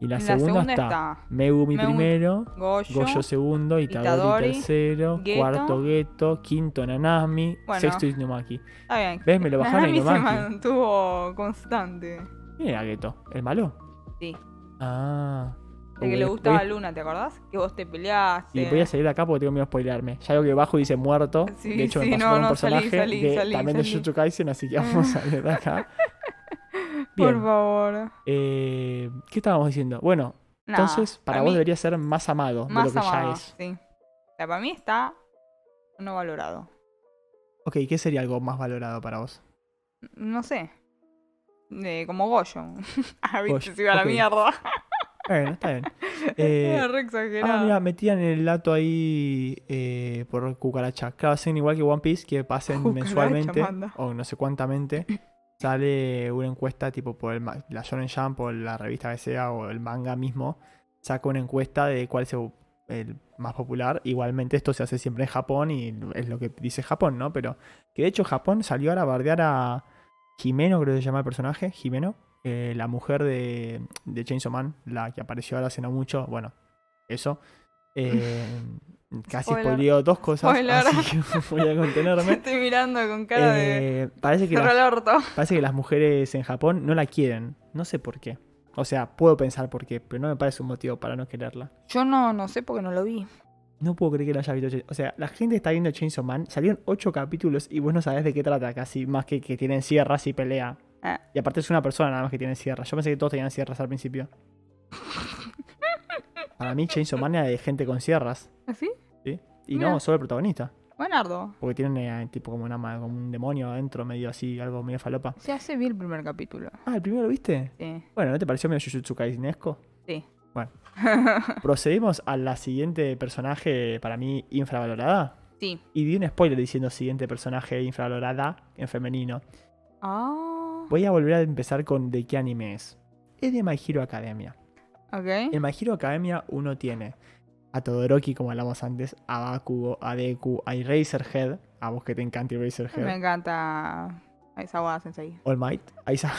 Y la, La segunda, segunda está, está Megumi Megumi- primero, Goyo. Goyo segundo, Itadori, Itadori, tercero, Geto. cuarto Geto, quinto Nanami, Bueno. sexto Inumaki. Está bien. ¿Ves? Me lo bajaron a Nanami se Inumaki. mantuvo constante. ¿Quién era Geto? ¿El malo? Sí. Ah. De que Uy, le voy- gustaba Luna, ¿te acordás? Que vos te peleaste. Y voy a salir de acá porque tengo miedo de spoilearme. Ya veo que bajo y dice muerto. Sí, de hecho, sí, me pasó no, con un no, salí, personaje salí, de- salí, también de salí. Jujutsu Kaisen, así que vamos a salir de acá. Por Bien. favor. eh, ¿Qué estábamos diciendo? Bueno, Nada, entonces para vos mí, debería ser más amado de más lo que amado, ya es. Sí. O sea, para mí está no valorado. Ok, ¿qué sería algo más valorado para vos? No sé. Eh, como Goyo. ah, viste, Goyo, se iba a la ok. mierda. Bueno, está bien. Eh, Era re ah, exagerado. mira, metían el dato ahí eh, por cucaracha. Claro, hacen igual que One Piece, que pasen Cucaracha, mensualmente manda. o no sé cuántamente. Sale una encuesta tipo por el ma- la Shonen Jump o la revista que sea o el manga mismo. Saca una encuesta de cuál es el- el más popular. Igualmente esto se hace siempre en Japón y es lo que dice Japón, ¿no? Pero que de hecho Japón salió ahora a bardear a Jimeno, creo que se llama el personaje, Jimeno. eh, la mujer de, de Chainsaw Man, la que apareció ahora hace no mucho. Bueno, eso. Eh, casi Spoiler. spoileó dos cosas. Spoiler. Así que voy a contenerme. Estoy mirando con cara de. Eh, parece, que Cerró las, el orto. parece que las mujeres en Japón no la quieren. No sé por qué. O sea, puedo pensar por qué, pero no me parece un motivo para no quererla. Yo no, no sé porque no lo vi. No puedo creer que no haya visto Chainsaw O sea, la gente está viendo Chainsaw Man. Salieron ocho capítulos y vos no sabés de qué trata casi. Más que que tienen sierras y pelea. Ah. Y aparte es una persona nada más que tiene sierras. Yo pensé que todos tenían sierras al principio. Para mí Chainsaw Man era de gente con sierras. ¿Así? Y no, Mira. solo el protagonista. ¿Ah, Buenardo. Porque tienen eh, tipo como, una, ma- como un demonio adentro, medio así, algo medio falopa. Se hace bien el primer capítulo. Ah, ¿el primero lo viste? Sí. Bueno, ¿no te pareció medio Jujutsu Kaisenesco? Sí. Bueno. Procedimos a la siguiente personaje, para mí, infravalorada. Sí. Y di un spoiler diciendo siguiente personaje infravalorada en femenino. Ah. Voy a volver a empezar con de qué anime es. Es de My Hero Academia. Ok. En My Hero Academia uno tiene a Todoroki, como hablamos antes, a Bakugo, a Deku, a Eraserhead, a vos que te encanta Eraserhead, Me encanta. Esa guada sensei. All Might. Ahí está.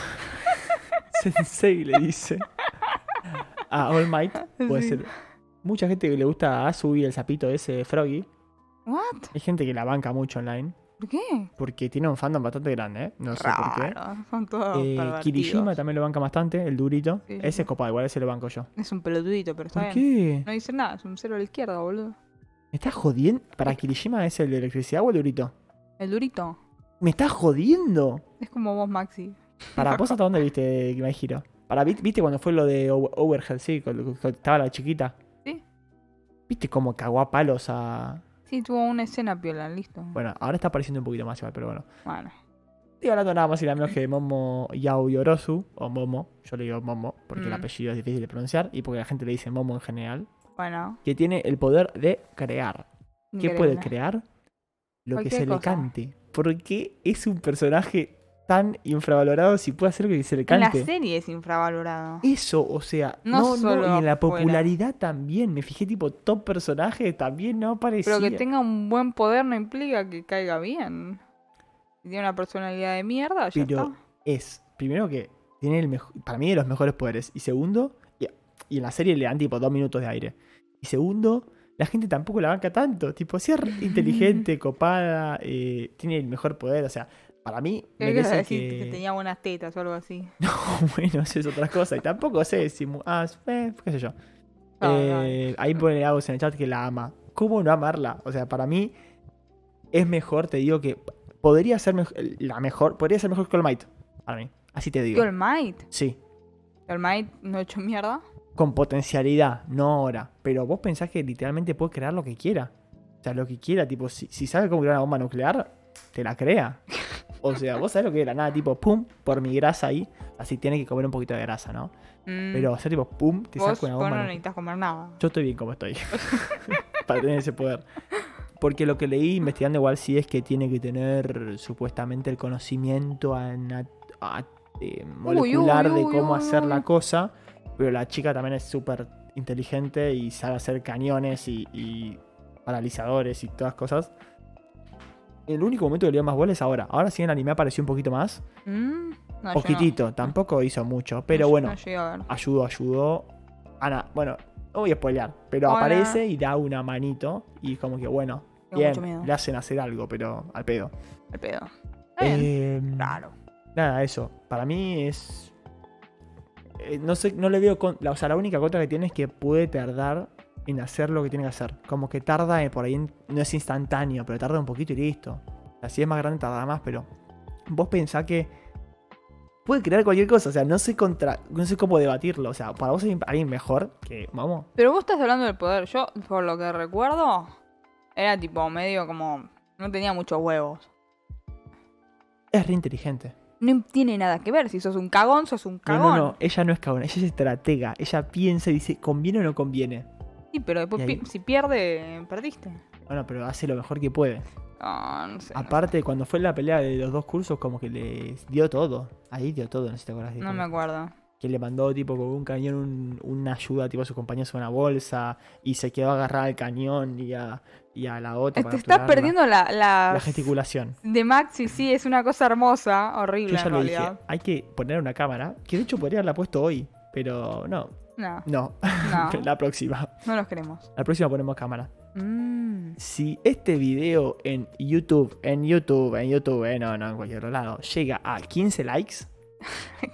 Sensei le dice. A All Might puede Sí. ser. Mucha gente que le gusta a subir el sapito ese Froggy. ¿What? Hay gente que la banca mucho online. ¿Por qué? Porque tiene un fandom bastante grande, ¿eh? No sé Ah, por qué. Raro. Son todos Eh, Oh, pervertidos. Kirishima también lo banca bastante, el durito. Sí, sí. Ese es copado, igual ese lo banco yo. Es un pelotudito, pero está ¿Por bien. qué? No dice nada, es un cero a la izquierda, boludo. ¿Me estás jodiendo? ¿Para Kirishima es el de electricidad o el durito? El durito. ¿Me estás jodiendo? Es como vos, Maxi. ¿Para vos hasta dónde viste que me giro? ¿Para vi- viste cuando fue lo de Over- Overhead, sí? Cuando cuando estaba la chiquita. Sí. ¿Viste cómo cagó a palos a. Sí, tuvo una escena piola, listo. Bueno. Bueno, ahora está apareciendo un poquito más igual, pero bueno. Estoy hablando nada más y nada menos que de Momo Yao Yorosu, o Momo, yo le digo Momo, porque el Mm. apellido es difícil de pronunciar y porque la gente le dice Momo en general, Bueno. que tiene el poder de crear. ¿Qué increíble. puede crear? Lo que Cualquier se le cosa. cante. ¿Por qué es un personaje tan infravalorado si puede hacer lo que se le En la cante? serie es infravalorado. Eso, o sea, No no, no, solo y en la afuera. popularidad también. Me fijé, tipo, top personaje también no aparecía. Pero que tenga un buen poder no implica que caiga bien. Si tiene una personalidad de mierda, ya Pero- está. Es, primero que tiene el mejo- para mí de los mejores poderes. Y segundo, y, y en la serie le dan tipo dos minutos de aire. Y segundo, la gente tampoco la banca tanto. Tipo, si es inteligente, copada, eh, tiene el mejor poder. O sea, Para mí, Creo que ibas a merece decir que... que... tenía buenas tetas o algo así. bueno, eso es otra cosa. Y tampoco sé si... mu- Ah, eh, qué sé yo. No, no, Eh, ahí pone Agus en el chat que la ama. ¿Cómo no amarla? O sea, para mí es mejor, te digo que podría ser mej- la mejor, podría ser mejor que All Might. Para mí, así te Tío, digo. el Might. Sí, El Might no ha hecho mierda. con potencialidad, no ahora. Pero vos pensás que literalmente puede crear lo que quiera. O sea, lo que quiera, tipo, si, si sabe cómo crear una bomba nuclear, te la crea. O sea, vos sabés lo que era, nada, tipo, pum, por mi grasa ahí. Así tiene que comer un poquito de grasa, ¿no? Mm, Pero hacer tipo, pum, te vos, saco una vos bomba no nuclear. necesitas comer nada. Yo estoy bien como estoy. para tener ese poder. Porque lo que leí investigando igual sí es que tiene que tener supuestamente el conocimiento ana- a- eh, molecular uy, uy, de cómo uy, hacer uy. la cosa. Pero la chica también es súper inteligente y sabe hacer cañones y, y paralizadores y todas cosas. El único momento que le dio más bola es ahora. Ahora sí en el anime apareció un poquito más. Mm, no, yo Poquitito, tampoco hizo mucho. Pero no, bueno, No llegué a ver. ayudó, ayudó. Ana, bueno, no voy a spoilear, pero Hola. aparece y da una manito y como que bueno, Tengo mucho miedo. bien, le hacen hacer algo, pero al pedo. Al pedo. Está bien. Eh, Claro. Nada, eso. Para mí es. eh, no sé, no le veo. con- la- O sea, la única contra que tiene es que puede tardar en hacer lo que tiene que hacer. Como que tarda eh, por ahí, en- no es instantáneo, pero tarda un poquito y listo. Así es más grande, tarda más, pero. Vos pensás que. Puede crear cualquier cosa, o sea, no sé contra, no sé cómo debatirlo. O sea, para vos hay alguien mejor que. Vamos. Pero vos estás hablando del poder. Yo, por lo que recuerdo, era tipo medio como. No tenía muchos huevos. Es re inteligente. No tiene nada que ver. Si sos un cagón, sos un No, cagón. no, no, ella no es cagona, ella es estratega. Ella piensa y dice, ¿conviene o no conviene? Sí, pero después Y ahí- pi- si pierde, perdiste. Bueno, pero hace lo mejor que puede. No, no sé. no- Aparte, cuando fue la pelea de los dos cursos, como que les dio todo. Ahí dio todo, no sé si te acordás. de no cómo- me acuerdo. Que le mandó, tipo, con un cañón un- una ayuda, tipo, a sus compañeros en una bolsa. Y se quedó agarrada al cañón y a, y a la otra. Eh, para Te estás apurarla. perdiendo la, la- La gesticulación. de Maxi, sí, es una cosa hermosa, horrible Yo ya en lo dije. realidad. Hay que poner una cámara. Que de hecho podría haberla puesto hoy. Pero no, No, no. no, la próxima. no los queremos. La próxima ponemos cámara. Mm, Si este video en YouTube, en YouTube, en YouTube, eh, no, no, en cualquier otro lado, llega a 15 likes.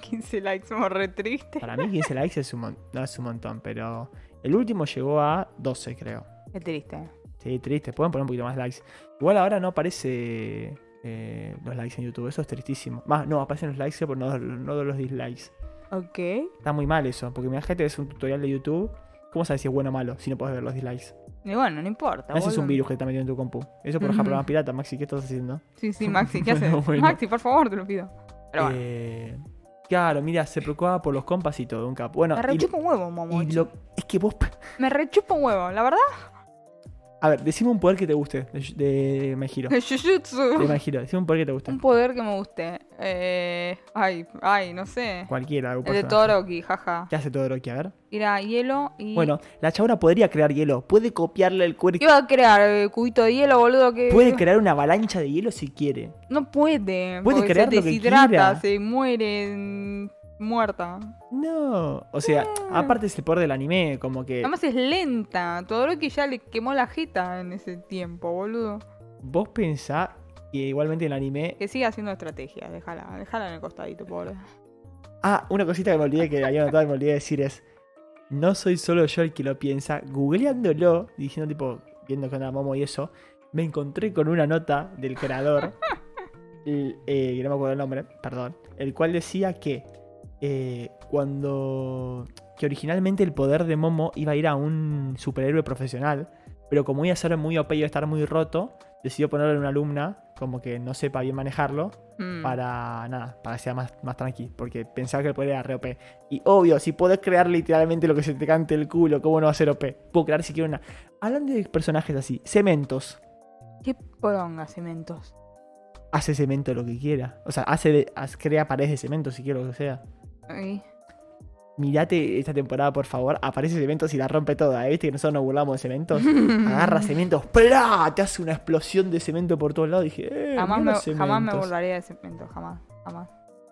15 likes, somos re tristes. Para mí 15 likes es un, mon- no es un montón, pero el último llegó a 12, creo. Qué triste. Sí, triste. Pueden poner un poquito más likes. Igual ahora no aparece eh, los likes en YouTube. Eso es tristísimo. Más, no, aparecen los likes, pero no, no los dislikes. Ok. Está muy mal eso, porque mi gente es un tutorial de YouTube. ¿Cómo sabes si es bueno o malo si no puedes ver los dislikes? Y bueno, no importa. No, Ese es un boludo. virus que está metido en tu compu. Eso por ejemplo, más pirata, Maxi, ¿qué estás haciendo? Sí, sí, Maxi, ¿qué haces? Bueno, bueno. Maxi, por favor, te lo pido. Pero bueno, Eh, claro, mira, se preocupaba por los compas y todo, un capo. Bueno, me y, rechupa un huevo, Momo. y lo- es que vos Me rechupa un huevo, la verdad. A ver, decime un poder que te guste de, de My Hero. De Jujutsu. My Hero, decime un poder que te guste. Un poder que me guste. Eh, ay, ay, no sé. Cualquiera, algún El de personaje. Toroki, jaja. ¿Qué hace Todoroki? A ver. Ir a hielo y. Bueno, la chabona podría crear hielo. Puede copiarle el ¿Qué cuerpo. iba a crear? eh, ¿Cubito de hielo, boludo? Que... Puede crear una avalancha de hielo si quiere. No puede. Puede porque crear se lo que deshidrata, quiera. se muere mm, muerta. No. O sea, aparte es el poder del anime, como que Ah. Además es lenta. Todoroki ya le quemó la jeta en ese tiempo, boludo. vos pensá que igualmente el anime. Que siga haciendo estrategias, déjala, déjala en el costadito, pobre. Ah, una cosita que me olvidé que había notado y me olvidé de decir es. No soy solo yo el que lo piensa. Googleándolo, diciendo tipo, viendo con la momo y eso, me encontré con una nota del creador, el- eh, que no me acuerdo el nombre, perdón, el cual decía que eh, cuando. que originalmente el poder de Momo iba a ir a un superhéroe profesional, pero como iba a ser muy OP y iba a estar muy roto, decidió ponerlo en una alumna, como que no sepa bien manejarlo, Mm. para nada, para que sea más, más tranqui, porque pensaba que el poder era re OP. Y obvio, si podés crear literalmente lo que se te cante el culo, ¿cómo no va a ser OP? Puedo crear si quiero una. Hablando de personajes así, cementos. Qué poronga, cementos. Hace cemento lo que quiera. O sea, hace de- haz- crea paredes de cemento si quiero lo que sea. Ay. Mirate esta temporada, por favor. Aparece cementos y la rompe toda. ¿eh? ¿Viste que nosotros nos burlamos de cementos? Agarra cementos, ¡plá! Te hace una explosión de cemento por todos lados. Dije, eh, Jamás mirá me, los jamás me cementos. burlaría de cementos, jamás, jamás.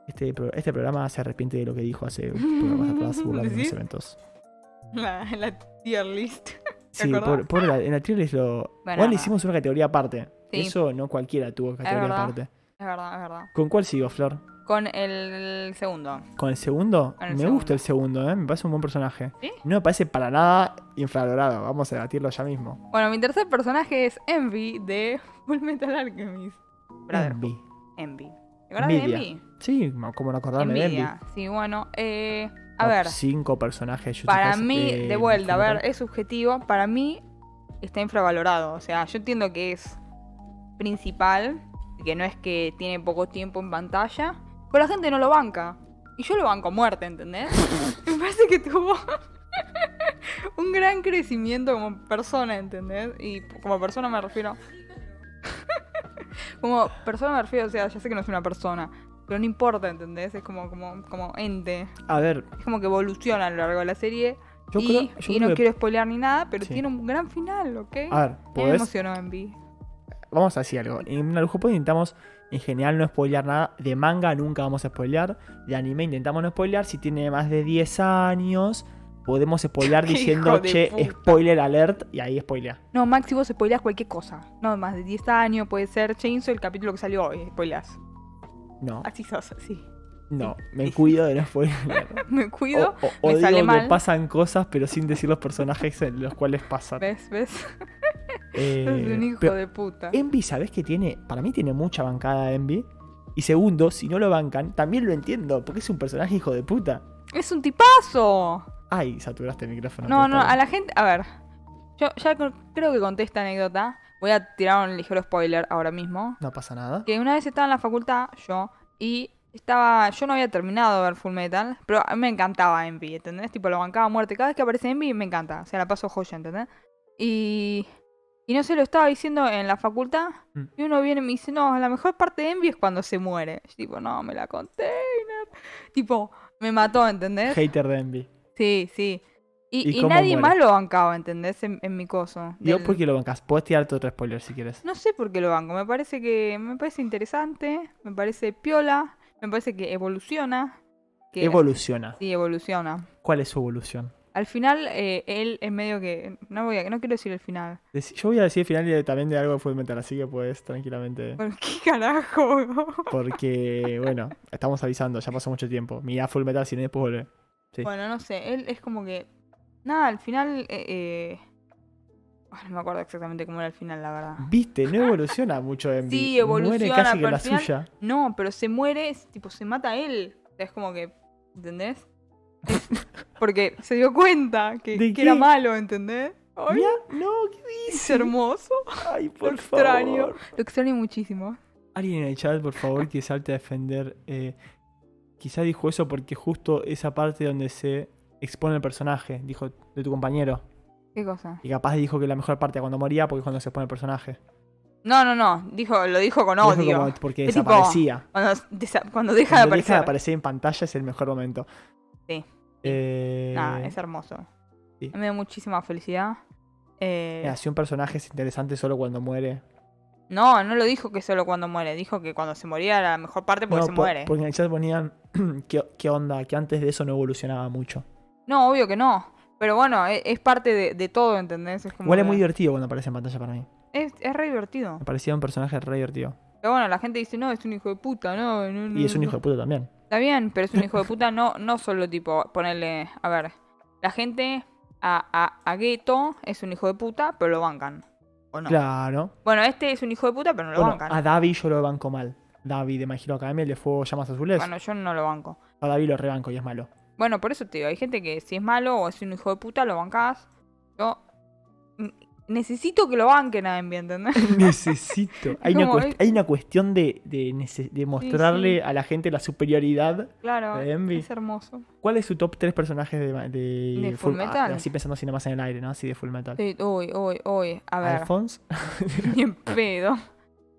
Este, pro- este programa se arrepiente de lo que dijo hace un programa atrás burlando de los ¿Sí? cementos. La, la tier list. ¿Te Sí, acordás? pobre, pobre la- en la tier list lo. Bueno, igual le nada. hicimos una categoría aparte. Sí. Eso no cualquiera tuvo categoría verdad. aparte. Es Es verdad, es verdad. ¿Con cuál sigo, Flor? Con el segundo. ¿Con el segundo? Con el me segundo. gusta el segundo, ¿eh? Me parece un buen personaje. ¿Sí? No me parece para nada infravalorado. Vamos a debatirlo ya mismo. Bueno, mi tercer personaje es Envy de Full Metal Alchemist. Brotherhood. Envy. Envy. ¿Te acuerdas de Mm. Envidia. Envy? Sí, no- como no acordarme de Envy. Envidia. Sí, bueno. eh, a Top ver, Cinco personajes. de Jujutsu para Kaisen, mí, eh, de vuelta, a Fullmetal. ver, es subjetivo. Para mí está infravalorado. O sea, yo entiendo que es principal, que no es que tiene poco tiempo en pantalla, pero la gente no lo banca. Y yo lo banco a muerte, ¿entendés? Me parece que tuvo un gran crecimiento como persona, ¿entendés? Y como persona me refiero. como persona me refiero, o sea, ya sé que no es una persona. Pero no importa, ¿entendés? Es como, como, como ente. A ver, Es como que evoluciona a lo largo de la serie. yo eh, y creo. yo y no creo que- quiero spoilear ni nada, pero Sí. tiene un gran final, ¿ok? A ver, Ya me ¿podés emocionó Envy. vamos a decir algo. En Narujo Pod intentamos en general no spoilear nada. De manga nunca vamos a spoilear. De anime intentamos no spoilear. Si tiene más de 10 años, podemos spoilear Hijo diciendo, de che, puta". spoiler alert. Y ahí spoilea. No, Maxi, vos spoileás cualquier cosa. No, más de 10 años, puede ser Chainsaw, el capítulo que salió hoy, spoileás. No, Así sos, sí. no, me cuido de no spoilear. Me cuido. O, o- me odio sale que mal. pasan cosas, pero sin decir los personajes en los cuales pasan. ¿Ves? ¿Ves? Oh. Eh, Sos un hijo pero eh de puta. Envy, ¿sabes qué tiene? Para mí tiene mucha bancada Envy. Y segundo, si no lo bancan, también lo entiendo, porque es un personaje hijo de puta. ¡Es un tipazo! Ay, saturaste el micrófono. No, pero no, está a la gente. A ver. Yo ya cre- creo que conté esta anécdota. Voy a tirar un ligero spoiler ahora mismo. bien. No pasa nada. que una vez estaba en la facultad, yo, y estaba. Yo no había terminado de ver Full Metal, pero a mí me encantaba Envy, ¿entendés? Tipo, lo bancaba a muerte. Cada vez que aparece Envy me encanta. O sea, la paso joya, ¿entendés? Y. Y no sé, lo estaba diciendo en la facultad. Mm. Y uno viene y me dice, no, la mejor parte de Envy es cuando se muere. Yo, tipo, no, me la container. Tipo, me mató, ¿entendés? Hater de Envy. Sí, sí. ¿Y Y, y cómo nadie muere? más lo bancaba, ¿entendés? En, en mi coso. Digo, del- ¿por qué lo bancas? Puedes tirarte otro spoiler si quieres. no sé por qué lo banco. Me parece que me parece interesante, me parece piola, me parece que evoluciona. Que, Evoluciona. sí, evoluciona. ¿Cuál es su evolución? Al final, eh, él es medio que. No voy a, no quiero decir el final. Deci- Yo voy a decir el final de- también de algo de Full Metal, así que puedes tranquilamente. Bueno, ¿Qué carajo? Porque, bueno, estamos avisando, ya pasó mucho tiempo. Mirá Full Metal, si no después vuelve. Sí. Bueno, no sé, él es como que. Nada, al final. eh, eh, ah, no me acuerdo exactamente cómo era el final, la verdad. Viste, no evoluciona mucho Envy. Sí, evoluciona, Muere casi que pero la al final- suya. No, pero se muere, es tipo, se mata él. O sea, es como que. ¿Entendés? Es- Porque se dio cuenta que, ¿De que era qué? malo, ¿entendés? Ay, Mirá, no, ¿qué es dice? hermoso. Ay, por extraño. favor. Lo extraño muchísimo. Alguien en el chat, por favor, que salte a defender. Eh, quizá dijo eso porque justo esa parte donde se expone el personaje, dijo de tu compañero. ¿Qué cosa? Y capaz dijo que la mejor parte era cuando moría porque es cuando se expone el personaje. No, no, no. Dijo, lo dijo con Dijo odio. como porque Es tipo, desaparecía. Cuando, desa- cuando deja Cuando de deja de aparecer. aparecer en pantalla es el mejor momento. Sí. Eh, Nah, es hermoso. Sí. Me da muchísima felicidad. Eh, mira, si un personaje es interesante solo cuando muere. no, no lo dijo que solo cuando muere. Dijo que cuando se moría era la mejor parte porque No, se po- muere. Porque en el chat ponían qué, qué onda, que antes de eso no evolucionaba mucho. No, obvio que no. Pero bueno, e- es, parte de, de todo, ¿entendés? Es como Igual es que- muy divertido cuando aparece en pantalla para mí. es, es re divertido. Me parecía un personaje re divertido. Pero bueno, la gente dice, no, es un hijo de puta, no, no, no, Y es un no". hijo de puta también. Está bien, pero es un hijo de puta, no, no solo tipo, ponerle, a ver, la gente a, a, a Gueto es un hijo de puta, pero lo bancan. ¿O no? Claro. Bueno, este es un hijo de puta, pero no lo Bueno, bancan. a Davi yo lo banco mal. Davi de My Hero Academia, el de Fuego Llamas Azules. Bueno, yo no lo banco. A Davi lo rebanco y es malo. Bueno, por eso te digo, hay gente que si es malo o es un hijo de puta, lo bancás. Yo n- necesito que lo banquen a Envy, ¿entendés? Necesito. Hay, una, Como cuest- es- hay una cuestión de, de nece- de mostrarle a la gente la superioridad. Claro, De Envy. es hermoso. ¿Cuál es su top 3 personajes de, ma- de, ¿De Fullmetal? ah, así pensando así nomás en el aire, ¿no? Así de Full Metal. Sí, uy, uy, uy, a ver. Alphonse. Ni en pedo.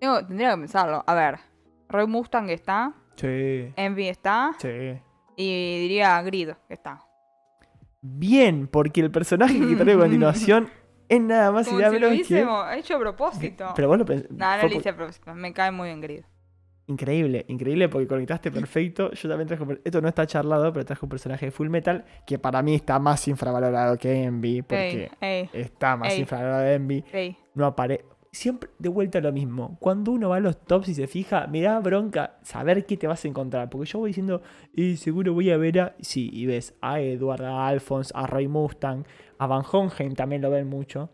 Tengo- tendría que pensarlo. A ver, Roy Mustang está, Sí. Envy está Sí. y diría Grid que está. Ah, Bien, porque el personaje que traigo a continuación es nada más y Como nada si lo menos que. hubiésemos hecho a propósito. Pero vos lo pens- no, no fue lo hice a propósito. Me cae muy bien Grid. Increíble, increíble porque conectaste perfecto. Yo también traje un per- esto no está charlado, pero traje un personaje de Full Metal que para mí está más infravalorado que Envy, Ey, porque ey, está más Ey. infravalorado que Envy. ey. No aparece siempre de vuelta lo mismo. Cuando uno va a los tops y se fija, me da bronca saber qué te vas a encontrar. Porque yo voy diciendo, y seguro voy a ver a. Sí, y ves a Edward, a Alphonse, a Roy Mustang, a Van Hongen también lo ven mucho,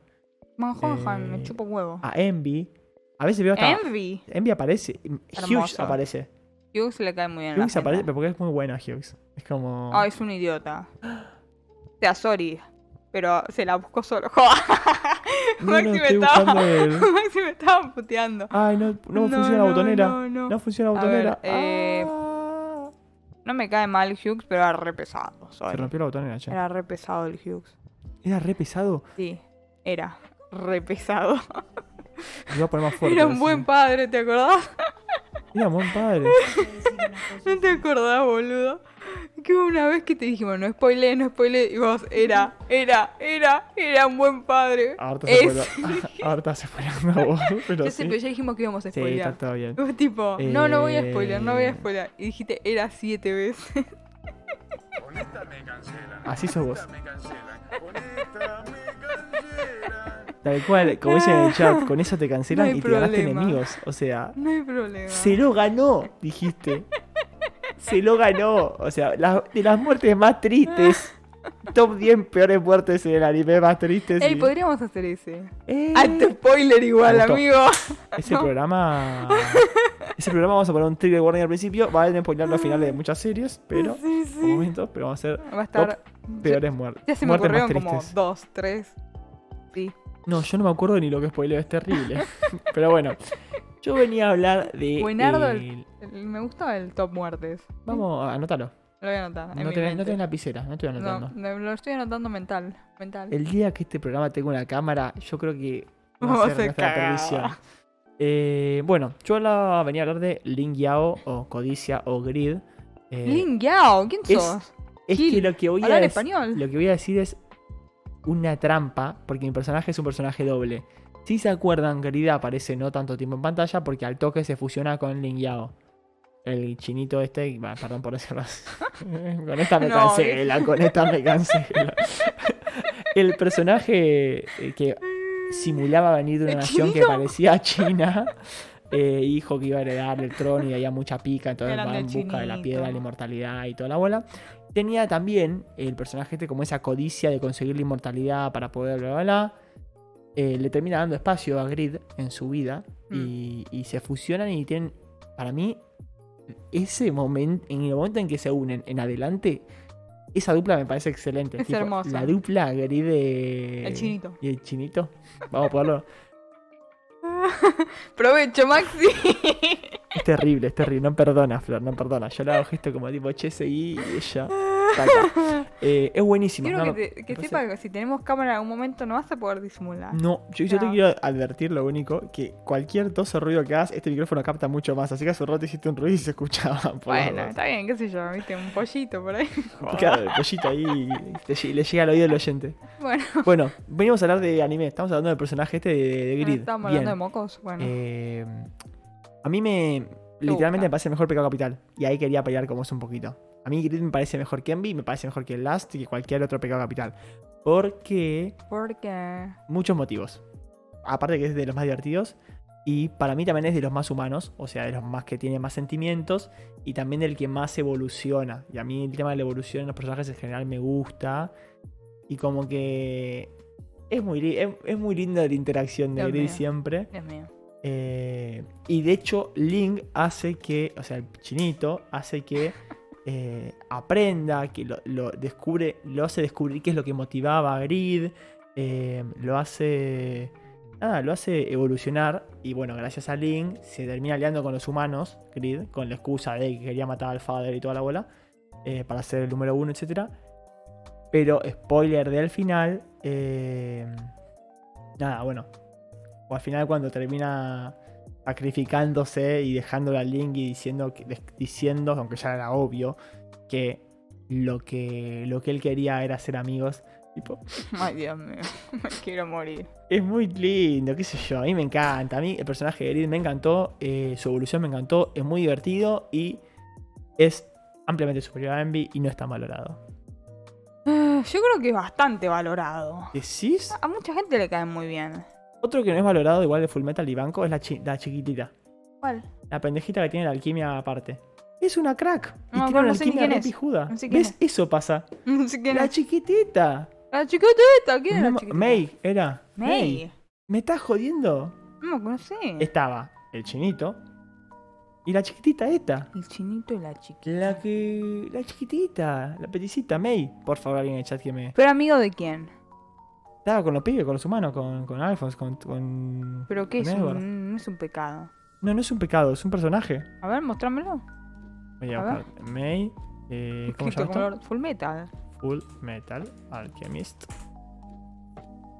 Manjohan, Eh, me chupo un huevo. a Envy. A veces veo hasta. Envy. Envy aparece, Hughes Hermoso. aparece. Hughes le cae muy bien. la Hughes aparece, gente. pero porque es muy bueno Hughes. Es como. Ah, es un idiota. O sea, sorry. Pero se la buscó solo. Joder. no, Maxi no, me estoy estaba- buscando el. Maxi me estaba puteando. Ay, no, no, funciona la botonera. No, No, no. funciona la A ver, botonera. eh, Ah. No me cae mal Hughes, pero era re pesado. sorry. Se rompió la botonera, che. Era re pesado el Hughes. Era re pesado. Sí, era re pesado. Lo iba a poner más fuerte. era un así. buen padre, ¿te acordás? Era un buen padre. No te acordás, boludo. Que hubo una vez que te dijimos, no spoilé, no spoilé, y vos, era, era, era, era un buen padre. Ahorita Ah, se Es. fue. Ahorita se fue la voz. Pero Yo sí. sé, pero ya dijimos que íbamos a Sí, está spoilear. todo bien. Vos tipo, no, no voy a spoiler, no voy Eh. a spoiler. Y dijiste, era siete veces. Con esta me cancelan. Así sos vos. Con esta me cancelan. Con esta me cancelan. Tal cual, como dicen en el chat, con eso te cancelan No hay y te ganaste problema. enemigos. O sea, No hay problema. se lo ganó, dijiste. Se lo ganó. O sea, la- de las muertes más tristes. Top 10 peores muertes en el anime más tristes. Ey, y- podríamos hacer ese. Eh, Alto spoiler igual, Me gustó. amigo. Ese No. programa. Ese programa vamos a poner un trigger warning al principio. Va a spoiler los finales de muchas series, pero. Sí, por sí. momentos, pero vamos a hacer Va a estar. peores muertes. Ya se me muertes más ocurrieron como tristes. dos, tres. Sí. No, yo no me acuerdo ni lo que spoileo, es terrible. pero bueno. Yo venía a hablar de. Buenardo, el- El- Me gustaba el top muertes. Vamos, anótalo. Lo voy a anotar. en No mi tenés, no mente. tenés lapicera, no estoy Ah, No, anotando. no, lo estoy anotando mental. Mental. El día que este programa tenga una cámara, yo creo que va Vamos a a ser ser nuestra cagada. perdición. Eh, bueno, yo la venía a hablar de Ling Yao o Codicia o Grid. Eh, Lin Yao, ¿quién es- sos? es que Gil, lo que voy a Hablar decir. español. Lo que voy a decir es una trampa, porque mi personaje es un personaje doble. Si se acuerdan, querida, aparece no tanto tiempo en pantalla porque al toque se fusiona con Lin Yao. El chinito este, y, bah, perdón por decirlo. así. con esta me No, ¿eh? cancela, con esta me cancela. El personaje eh, que simulaba venir de una ¿El nación que chinito? parecía China, eh, dijo que iba a heredar el trono y había mucha pica, entonces Grande va en el busca de la chinito. piedra de la inmortalidad y toda la bola tenía también el personaje este como esa codicia de conseguir la inmortalidad para poder bla bla bla. Eh, le termina dando espacio a Grid en su vida y, Mm. y se fusionan y tienen, para mí, ese momento, en el momento en que se unen en adelante, esa dupla me parece excelente. Es hermosa. La dupla Grid de... El chinito. Y el chinito. Vamos a ponerlo. Provecho, Maxi. Es terrible, es terrible. No perdona, Flor, no perdona. Yo le hago gesto como tipo, che, seguí y ella. taca. Eh, es buenísimo. Quiero no, que, te- que me sepa que si tenemos cámara en algún momento no vas a poder disimular. No, yo, yo te No. quiero advertir lo único, que cualquier tos o ruido que hagas, este micrófono capta mucho más. Así que hace un rato hiciste un ruido y se escuchaba. por las Bueno, dudas. está bien, qué sé yo, viste, un pollito por ahí. Claro, el pollito ahí te lle- le llega al oído del oyente. Bueno, Bueno, venimos a hablar de anime, estamos hablando del personaje este de, de Grid. estamos Bien. hablando de mocos. Bueno, Eh, a mí me. Literalmente gusta. me parece mejor Pecado Capital. Y ahí quería pelear con vos un poquito. A mí Grid me parece mejor que Envy, me parece mejor que Last y que cualquier otro Pecado Capital. Porque. porque. muchos motivos. Aparte que es de los más divertidos. Y para mí también es de los más humanos, o sea, de los más que tiene más sentimientos y también del que más evoluciona. Y a mí el tema de la evolución en los personajes en general me gusta. Y como que es muy, li- es, es muy linda la interacción de Dios Gris mío. siempre. Dios mío. Eh, y de hecho, Link hace que, o sea, el chinito hace que eh, aprenda, que lo, lo descubre, lo hace descubrir qué es lo que motivaba a Grid, eh, lo hace. Nada, lo hace evolucionar. Y bueno, gracias a Link se termina aliando con los humanos, Grid, con la excusa de que quería matar al Father y toda la bola, eh, para ser el número uno, etcétera Pero, spoiler del final, eh, nada, bueno, o al final cuando termina sacrificándose y dejándole al Link y diciendo, que- des- diciendo aunque ya era obvio, que lo que, lo que él quería era ser amigos. Tipo, Ay, Dios mío, me quiero morir. es muy lindo, qué sé yo, a mí me encanta. A mí el personaje de Grid me encantó, eh, su evolución me encantó, es muy divertido y es ampliamente superior a Envy y no es tan valorado. Yo creo que es bastante valorado. ¿Decís? A mucha gente le cae muy bien. Otro que no es valorado igual de Full Metal y Banco es la, chi- la chiquitita. ¿Cuál? La pendejita que tiene la alquimia aparte. Es una crack. Y tiene No, pero una no sé ni alquimia quién re es. pijuda. No sé quién ¿Ves? Eso pasa. No sé quién La es. chiquitita. La chiquitita, ¿quién No era la me- chiquitita? May era. May. ¿Me estás jodiendo? No, no sé. Estaba el chinito y la chiquitita esta. El chinito y la chiquita. La que. La chiquitita, la peticita, May. Por favor, alguien en el chat que me. ¿Pero amigo de quién? Estaba con los pibes, con los humanos, con, con Alphonse, con. con- ¿Pero qué es? con Edward. Un, no es un pecado. No, no es un pecado, es un personaje. A ver, mostrámelo. Voy a A buscar May. eh, ¿Cómo se Escrito llama como esto? Lord Full Metal. Full Metal Alchemist.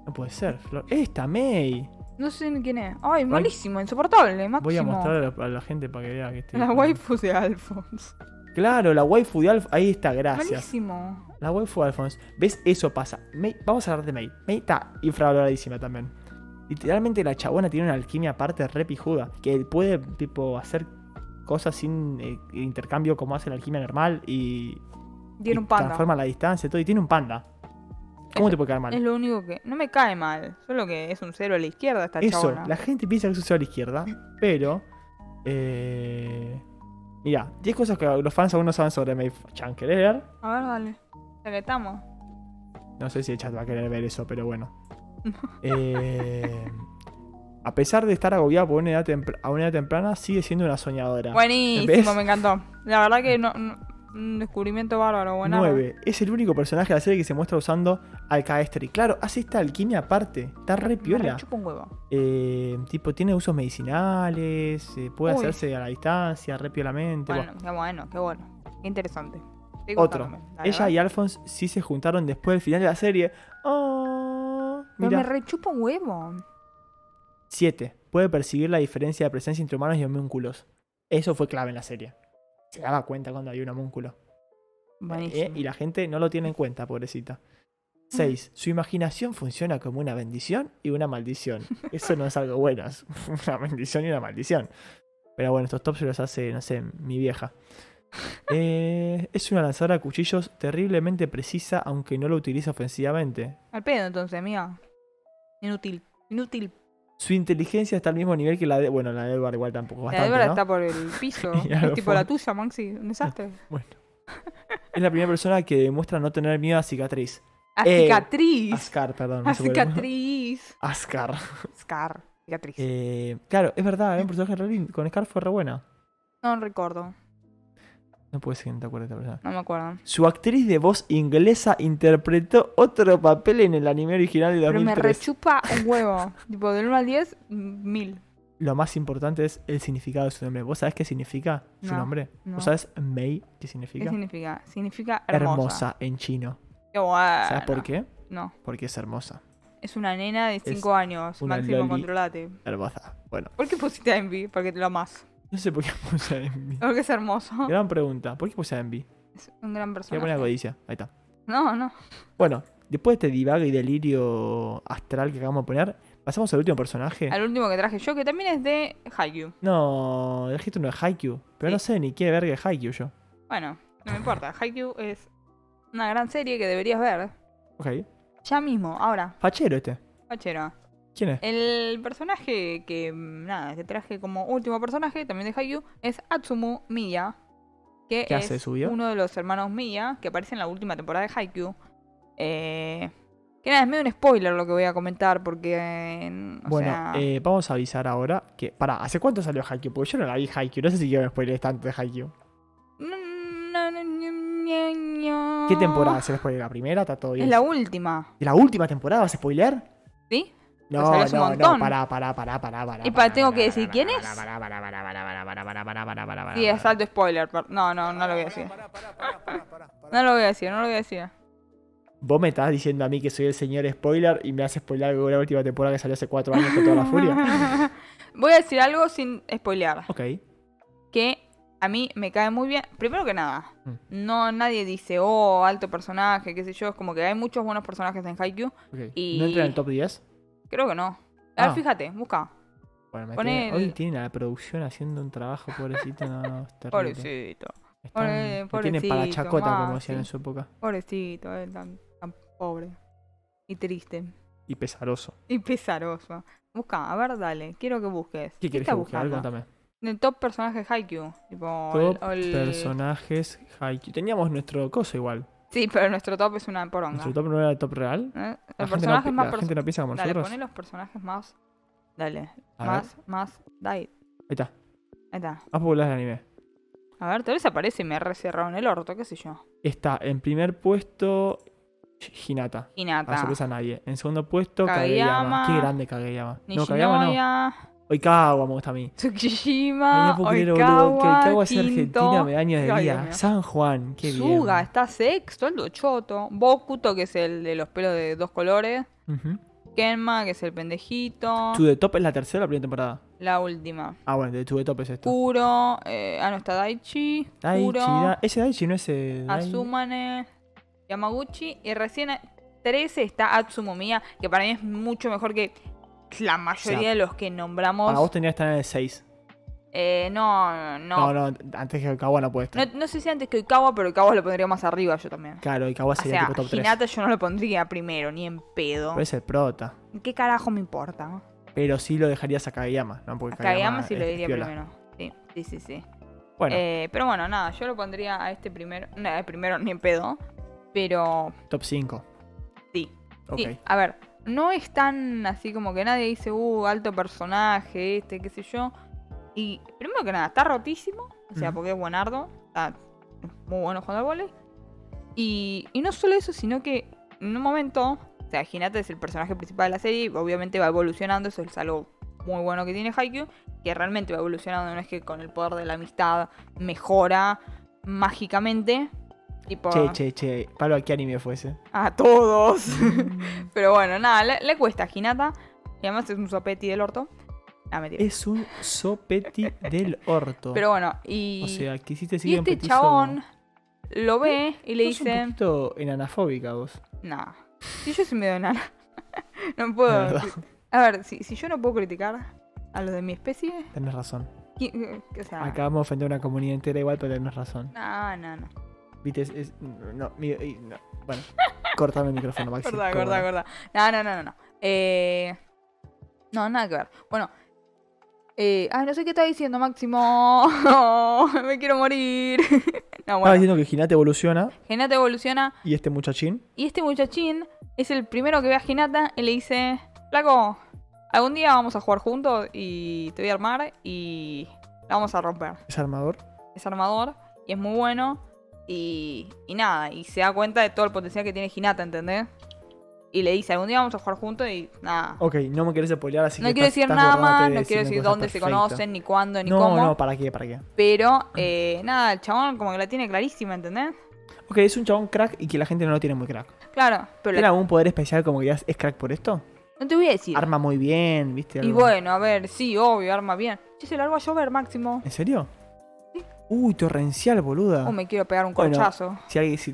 No puede ser, Flor. ¡Esta, May! No sé ni quién es. Ay, malísimo, insoportable, máximo. Voy a mostrar a la, a la gente para que vea que estoy. La waifu de Alphonse. Claro, la waifu de Alf. Ahí está, gracias. Malísimo. La waifu de Alphonse. ¿Ves? Eso pasa. May- vamos a hablar de May. May está infravaloradísima también. Literalmente la chabona tiene una alquimia aparte re pijuda. Que puede, tipo, hacer cosas sin eh, intercambio como hace la alquimia normal y, y Tiene un panda. transforma la distancia y todo. Y tiene un panda. ¿Cómo Es- te puede caer mal? Es lo único que. No me cae mal. Solo que es un cero a la izquierda esta Eso, chabona. la gente piensa que es un cero a la izquierda, pero. Eh, mira, 10 cosas que los fans aún no saben sobre May Chan. ¿Querés leer? A ver, dale. Ya que estamos. No sé si el chat va a querer ver eso, pero bueno. Eh, a pesar de estar agobiada por una edad tempr- a una edad temprana, sigue siendo una soñadora. Buenísimo, ¿Ves? me encantó. La verdad que no, no- un descubrimiento bárbaro, buena. 9. Es el único personaje de la serie que se muestra usando alcaestri. Claro, hace esta alquimia aparte. Está re piola. Chupa un huevo. Eh, tipo, tiene usos medicinales. eh, puede Uy. hacerse a la distancia, re piolamente. Bueno, qué bueno, qué bueno. Qué interesante. Sigue Otro. contándome. Dale, Ella dale. y Alphonse sí se juntaron después del final de la serie. Oh, Pero me mira. rechupa un huevo. 7. Puede percibir la diferencia de presencia entre humanos y homúnculos. Eso fue clave en la serie. Se daba cuenta cuando había un homúnculo. Buenísimo. Eh, y la gente no lo tiene en cuenta, pobrecita. 6. Su imaginación funciona como una bendición y una maldición. Eso no es algo bueno, es una bendición y una maldición. Pero bueno, estos tops se los hace, no sé, mi vieja. Eh, es una lanzadora de cuchillos terriblemente precisa, aunque no lo utiliza ofensivamente. Al pedo, entonces, amiga. Inútil. Inútil. Su inteligencia está al mismo nivel que la de. Bueno, la de Edward igual tampoco. la Bastante, débora ¿no? está por el piso. Y algo es tipo la fue. tuya, Maxi. Un desastre. Bueno. Es la primera persona que demuestra no tener miedo a cicatriz. A Eh, cicatriz. Ascar, perdón. A no sé por qué. cicatriz. Ascar. Scar. Cicatriz. Eh, claro, es verdad, era un personaje re lindo. Con Scar fue re buena. No recuerdo. No puede ser que no te acuerdes de esta persona. No me acuerdo. Su actriz de voz inglesa interpretó otro papel en el anime original de Pero me 2003. rechupa un huevo. tipo, del 1 al 10, mm, mil. Lo más importante es el significado de su nombre. ¿Vos sabés qué significa su No, nombre? no. ¿Vos sabés Mei qué ¿Qué significa? significa? Significa hermosa. en chino. Qué bueno. ¿Sabés por qué? No. Porque es hermosa. Es una nena de 5 años. una Máximo, loli. controlate. Hermosa. Bueno, ¿Por qué pusiste a Envy? Porque te lo amas. no sé por qué puse a Envy. Porque es hermoso. Gran pregunta. ¿Por qué puse a Envy? Es un gran Voy a poner a personaje. Codicia. Ahí está. No, no. Bueno, después de este divague y delirio astral que acabamos de poner, pasamos al último personaje. Al último que traje yo, que también es de Haikyuu. No, trajiste uno de Haikyuu. Pero Sí. no sé ni qué verga es Haikyuu yo. Bueno, no me importa. Haikyuu es una gran serie que deberías ver. Ok. Ya mismo, ahora, Fachero este. Pachero. ¿Quién es? El personaje que, mm, nada, que traje como último personaje, también de Haikyuu, es Atsumu Miya. Que ¿Qué es hace de su vida? uno de los hermanos Miya, que aparece en la última temporada de Haikyuu. Eh, que nada, es medio un spoiler lo que voy a comentar, porque, eh, o bueno, sea, eh, vamos a avisar ahora que. Pará, ¿hace cuánto salió Haikyuu? Porque yo no la vi Haikyuu. No sé si quiero me spoilees tanto de Haikyuu. ¿Qué temporada se spoiler? ¿La primera? ¿Está todo bien? Es la última, ¿De la última temporada vas a spoiler? ¿sí? No, salió hace un no, no, montón. pará, pará, pará, pará, pará. Y pará, pa- tengo pará, que decir pará, quién pará, es. pará, pará, pará, pará, pará, pará, pará, pará, pará, pará, pará, Sí, pará. es alto spoiler. per- No, no, no lo voy a decir. Pará, pará, pará, pará, pará, pará. No lo voy a decir, no lo voy a decir. Vos me estás diciendo a mí que soy el señor spoiler y me haces spoiler con la última temporada que salió hace cuatro años con toda la furia. voy a decir algo sin spoilear. Ok. Que a mí me cae muy bien. Primero que nada, Mm. no nadie dice, oh, alto personaje, qué sé yo. Es como que hay muchos buenos personajes en Haikyuu. ok. Y- ¿No entra en el top 10? Creo que no. A ver, Ah. fíjate, busca. Bueno, me Poné tiene- el- Hoy tienen a la producción haciendo un trabajo, pobrecito. No, no, es terrible. Pobrecito. Están- pobre- me tienen para la pobrecito, chacota, como Maxi. decían en su época. Pobrecito, eh, tan, tan pobre. Y triste. Y pesaroso. Y pesaroso. Busca, a ver, dale. Quiero que busques. ¿Qué quieres que estás busque? A ver, buscando? contame. El top personaje de Haikyuu. Tipo, o el- Top o el- personajes Haikyuu. Teníamos nuestro coso igual. Sí, pero nuestro top es una poronga. Nuestro top no era el top real. ¿Eh? La Los gente, no, personajes pi- más la perso- gente no piensa como Dale, nosotros. poné los personajes más. Dale. A ver, más, más. Dai. ahí está. Ahí está. Más popular del anime. A ver, tal vez aparece y me recerraron el orto, qué sé yo. Está en primer puesto Hinata. A Hinata. sorpresa a nadie. En segundo puesto Kageyama. Ah. Kageyama. Qué grande Kageyama. No, Kageyama no. Nishinoya. Oikawa me gusta a mí. Ay, Tsukishima. no puedo creer, boludo. Que Oikawa. Oikawa es Quinto. argentina, me da años de Ay, Dios vida. mío. San Juan, qué bien. Suga está sexto, el Dochoto. Bokuto, que es el de los pelos de dos colores. Ujú. Kenma, que es el pendejito. To the Top es la tercera o la primera temporada. La última. Ah, bueno, de To the Top es esto. Kuro. eh, ah, no, está Daichi. Daichi, Kuro. da- ese Daichi no es el. Dai- Azumane. Yamaguchi. Y recién a- 13 está Atsumomiya, que para mí es mucho mejor que la mayoría O sea, de los que nombramos. Para Ah, vos tenías que estar en el 6. Eh, no, No, no. no, antes que Oikawa no puede No, estar. no sé si antes que Oikawa, pero Oikawa lo pondría más arriba yo también. Claro, Oikawa O sería sea, tipo top Pues- 3. Hinata yo no lo pondría primero, ni en pedo. Pero es el prota. ¿Qué carajo me importa? Pero sí lo dejarías a Kageyama, ¿no? Porque A Kageyama sí es- lo eh, es diría piola. primero. Sí, sí, sí. sí. Bueno, Eh, pero bueno, nada, yo lo pondría a este primero. No, eh, primero ni en pedo. Pero top 5. sí. Ok. sí. A ver, no es tan así como que nadie dice, uh, alto personaje, este, qué sé yo. Y primero que nada, está rotísimo. O sea, Ujú. porque es buenardo. Está muy bueno jugando al vóley. Y, y no solo eso, sino que en un momento, o sea, Hinata es el personaje principal de la serie, y obviamente va evolucionando, eso es algo muy bueno que tiene Haikyuu, que realmente va evolucionando, no es que con el poder de la amistad mejora mágicamente, tipo Che, che, che. Pablo, ¿a qué anime fuese? a todos. Pero bueno, nada, le, le cuesta a Hinata, y además es un sopeti del orto. Ah, mentira. Es un sopeti del orto. Pero bueno, y, o sea, quisiste y seguir en este petizo- chabón lo ve y le Sos un dice... poquito enanafóbica vos. Nah. Si yo soy medio enana. no puedo. La verdad. si- a ver, si, si yo no puedo criticar a los de mi especie. Tenés razón. ¿qui- eh, O sea. Acabamos de ofender a una comunidad entera igual, pero tenés razón. No, no, no. Viste, es... es- no, mi- y- no. Bueno, cortame el micrófono, Maxi. Gorda, cómo gorda, no. gorda. No, no, no, no. No, Eh, no nada que ver. Bueno. Eh, ay, no sé qué está diciendo, Máximo. me quiero morir. no, Estaba bueno. diciendo que Hinata evoluciona Genata evoluciona. y este muchachín... Y este muchachín es el primero que ve a Hinata y le dice, Flaco, algún día vamos a jugar juntos y te voy a armar y la vamos a romper. Es armador. Es armador y es muy bueno y, y nada, y se da cuenta de todo el potencial que tiene Hinata, ¿entendés? Y le dice, algún día vamos a jugar juntos y nada. Ok, no me querés spoilear, así no Oh, que quiero estás- decir estás nada borrándote más, de no quiero decirme decir cosas, dónde se perfecto. conocen, ni cuándo, ni no, cómo. no, para qué, para qué. Pero eh, nada, el chabón como que la tiene clarísima, ¿entendés? Ok, es un chabón crack y que la gente no lo tiene muy crack. Claro, pero ¿Tiene la- algún poder especial como que ya es crack por esto? no te voy a decir. Arma muy bien, ¿viste? Y Algo- bueno, a ver, sí, obvio, arma bien. Che, se largo a llover, Máximo. ¿En serio? Uy, torrencial, boluda. O me quiero pegar un Ah. Bueno. corchazo. Si alguien. Si,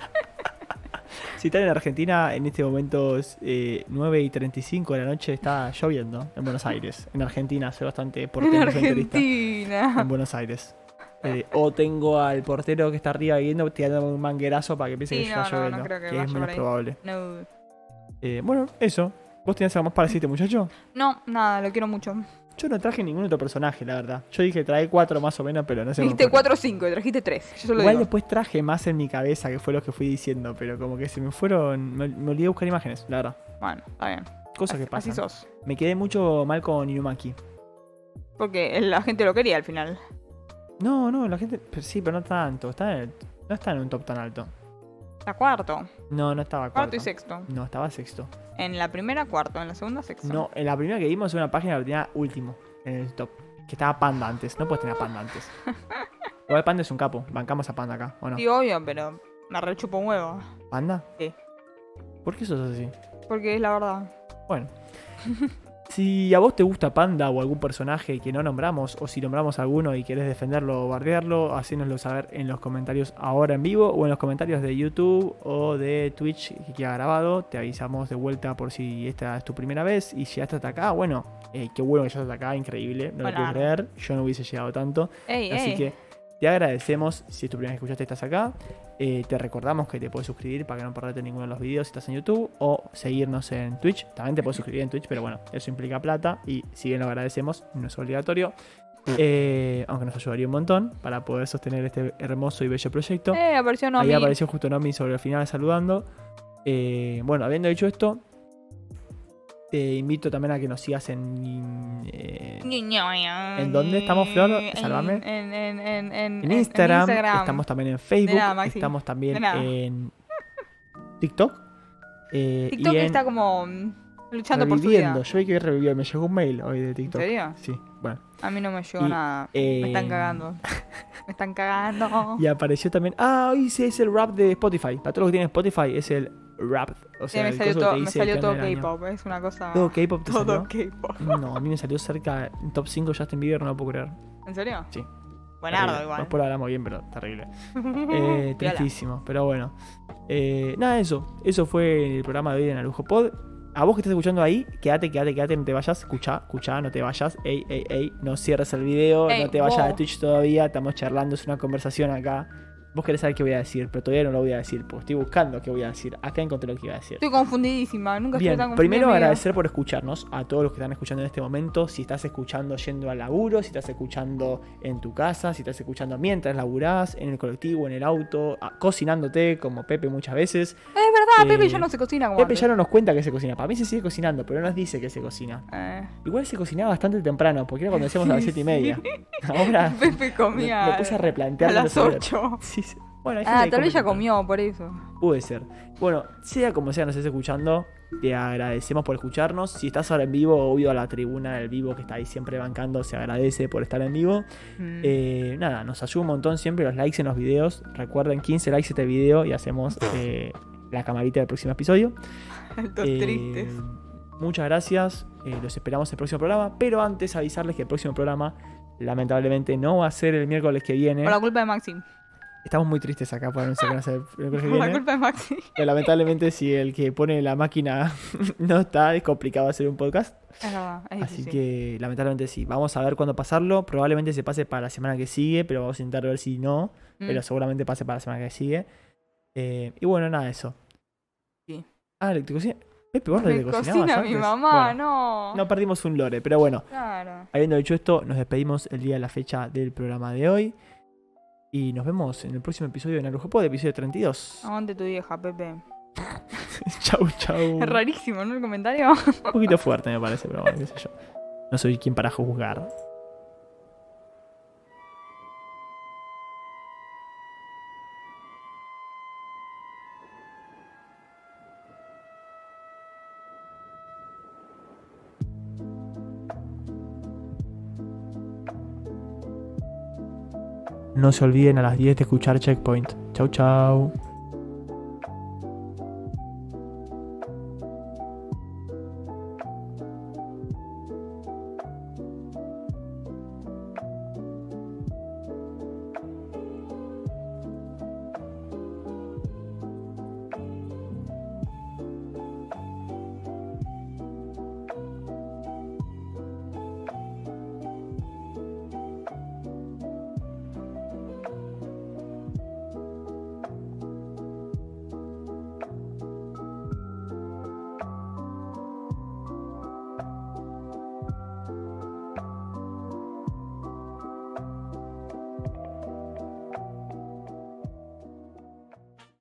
si están en Argentina, en este momento es eh, 9 y 35 de la noche, está lloviendo en Buenos Aires. En Argentina, soy bastante portero en centrista. Argentina. En Buenos Aires. Eh, o tengo al portero que está arriba viendo tirando un manguerazo para que piense Sí, que no, está no, no lloviendo. creo que que vaya es por menos ahí. probable. No. Eh, bueno, eso. ¿Vos tenías algo más para decirte, muchacho? No, nada, lo quiero mucho. Yo no traje ningún otro personaje, la verdad. Yo dije trae cuatro más o menos, pero no sé. Dijiste 4 o 5 y trajiste 3. Yo solo Igual digo. después traje más en mi cabeza, que fue lo que fui diciendo, pero como que se me fueron. Me, me olvidé buscar imágenes, la verdad. Bueno, está bien. Cosas que Así pasan. sos. Me quedé mucho mal con Inumaki. Porque la gente lo quería al final. No, no, la gente. pero sí, pero no tanto. Está en el- no está en un top tan alto. Está cuarto. Cuarto, No, no estaba cuarto. y sexto. No, estaba sexto. En la primera, cuarto. En la segunda, sexto. No, en la primera que vimos era una página que tenía último en el top. Que estaba Panda antes. No puedes tener a Panda antes. Igual Panda es un capo. Bancamos a Panda acá, ¿o no? Sí, obvio, pero me rechupo un huevo. ¿Panda? Sí. ¿Por qué sos así? Porque es la verdad. Bueno. si a vos te gusta Panda o algún personaje que no nombramos, o si nombramos alguno y querés defenderlo o bardearlo, hacénoslo saber en los comentarios ahora en vivo o en los comentarios de YouTube o de Twitch que queda grabado. Te avisamos de vuelta por si esta es tu primera vez y llegaste hasta acá. Bueno, eh, qué bueno que llegaste hasta acá, increíble. No lo Hola. puedo creer, yo no hubiese llegado tanto. Ey, Así ey. que Te agradecemos si es tu primera vez que escuchaste estás acá. Eh, te recordamos que te puedes suscribir para que no perderte ninguno de los videos si estás en YouTube o seguirnos en Twitch. También te puedes suscribir en Twitch, pero bueno, eso implica plata y si bien lo agradecemos, no es obligatorio. Eh, aunque nos ayudaría un montón para poder sostener este hermoso y bello proyecto. Eh, apareció Nomi. Ahí apareció justo Nomi sobre el final saludando. Eh, bueno, habiendo dicho esto, te invito también a que nos sigas en. eh, ¿En dónde estamos, Flor? Salvame. En, en, en, en- en- en Instagram, en Instagram. estamos también en Facebook, nada, Maxi. estamos De también nada. en TikTok. eh, TikTok y en está como mm, luchando por su vida. Reviviendo. Yo vi que revivió, me llegó un mail hoy de ¿En TikTok. serio? Sí, bueno. A mí no me llegó Y, nada. eh, Me están cagando. Me están cagando. Y apareció también. Ah, hoy sí es el rap de Spotify. Para todos los que tienen Spotify es el rap. O Sí, sea, me el salió coso que todo, te me dice salió qué todo onda del año. K-pop. Es una cosa. Todo K-pop te todo salió. K-pop. No, a mí me salió cerca en top 5 Justin Bieber, no lo puedo creer. Eh, ¿En serio? Sí. Buenardo Terrible. igual. Después lo hablamos bien, pero terrible. Eh, Viola. tristísimo, pero bueno. Eh, nada, eso. Eso fue el programa de hoy en Arujo Pod. A vos que estás escuchando ahí, quédate, quédate, quédate, no te vayas. Escuchá, escuchá, no te vayas. Ey, ey, ey, no cierres el video, Ey, no te vayas de vos. Twitch todavía. Estamos charlando, es una conversación acá. Vos querés saber qué voy a decir, pero todavía no lo voy a decir, porque estoy buscando qué voy a decir. Acá encontré lo que iba a decir. Estoy confundidísima. Nunca Bien, estuve tan confundida. primero en mi vida. agradecer por escucharnos a todos los que están escuchando en este momento. Si estás escuchando yendo al laburo, si estás escuchando en tu casa, si estás escuchando mientras laburás, en el colectivo, en el auto, a- cocinándote, como Pepe muchas veces. Es verdad, Pepe Eh, ya no se cocina como Pepe antes. ya no nos cuenta que se cocina. Para mí se sigue cocinando, pero no nos dice que se cocina. Eh, Igual se cocinaba bastante temprano, porque era cuando decíamos a las 7 y media. Ahora Ah, me, Pepe comía. me puse a replantear a los las horarios. 8. Sí, sí. Bueno, hay gente Ah, que tal vez ya temprano. comió, por eso. Puede ser. Bueno, sea como sea, nos estés escuchando. Te agradecemos por escucharnos. Si estás ahora en vivo, obvio a la tribuna del vivo que está ahí siempre bancando, se agradece por estar en vivo. Mm. Eh, nada, nos ayuda un montón siempre los likes en los videos. Recuerden 15 likes este video y hacemos eh, la camarita del próximo episodio. Estos Eh, tristes. Muchas gracias. eh, los esperamos en el próximo programa. Pero antes avisarles que el próximo programa lamentablemente no va a ser el miércoles que viene. Por la culpa de Maxi. Estamos muy tristes acá por anunciar que no va a ser el miércoles que Por la viene. culpa de Maxi. Pero lamentablemente si el que pone la máquina no está, es complicado hacer un podcast. Es verdad, es Así difícil. que lamentablemente sí. Vamos a ver cuándo pasarlo. Probablemente se pase para la semana que sigue, pero vamos a intentar ver si no. Mm. Pero seguramente pase para la semana que sigue. Eh, y bueno, nada, eso. Sí. Ah, le- te cocina. Pepe, vos no Me le cocinabas cocina mi antes? mamá, Bueno, no. No perdimos un lore, pero bueno. Claro. Habiendo dicho esto, nos despedimos el día de la fecha del programa de hoy. Y nos vemos en el próximo episodio de Narujo Pod, episodio 32. Aguante tu vieja, Pepe. chau, chau. Es rarísimo, ¿no? El comentario. Un poquito fuerte me parece, pero bueno, qué sé yo. No soy quien para juzgar. No se olviden a las 10 de escuchar Checkpoint. Chau, chau.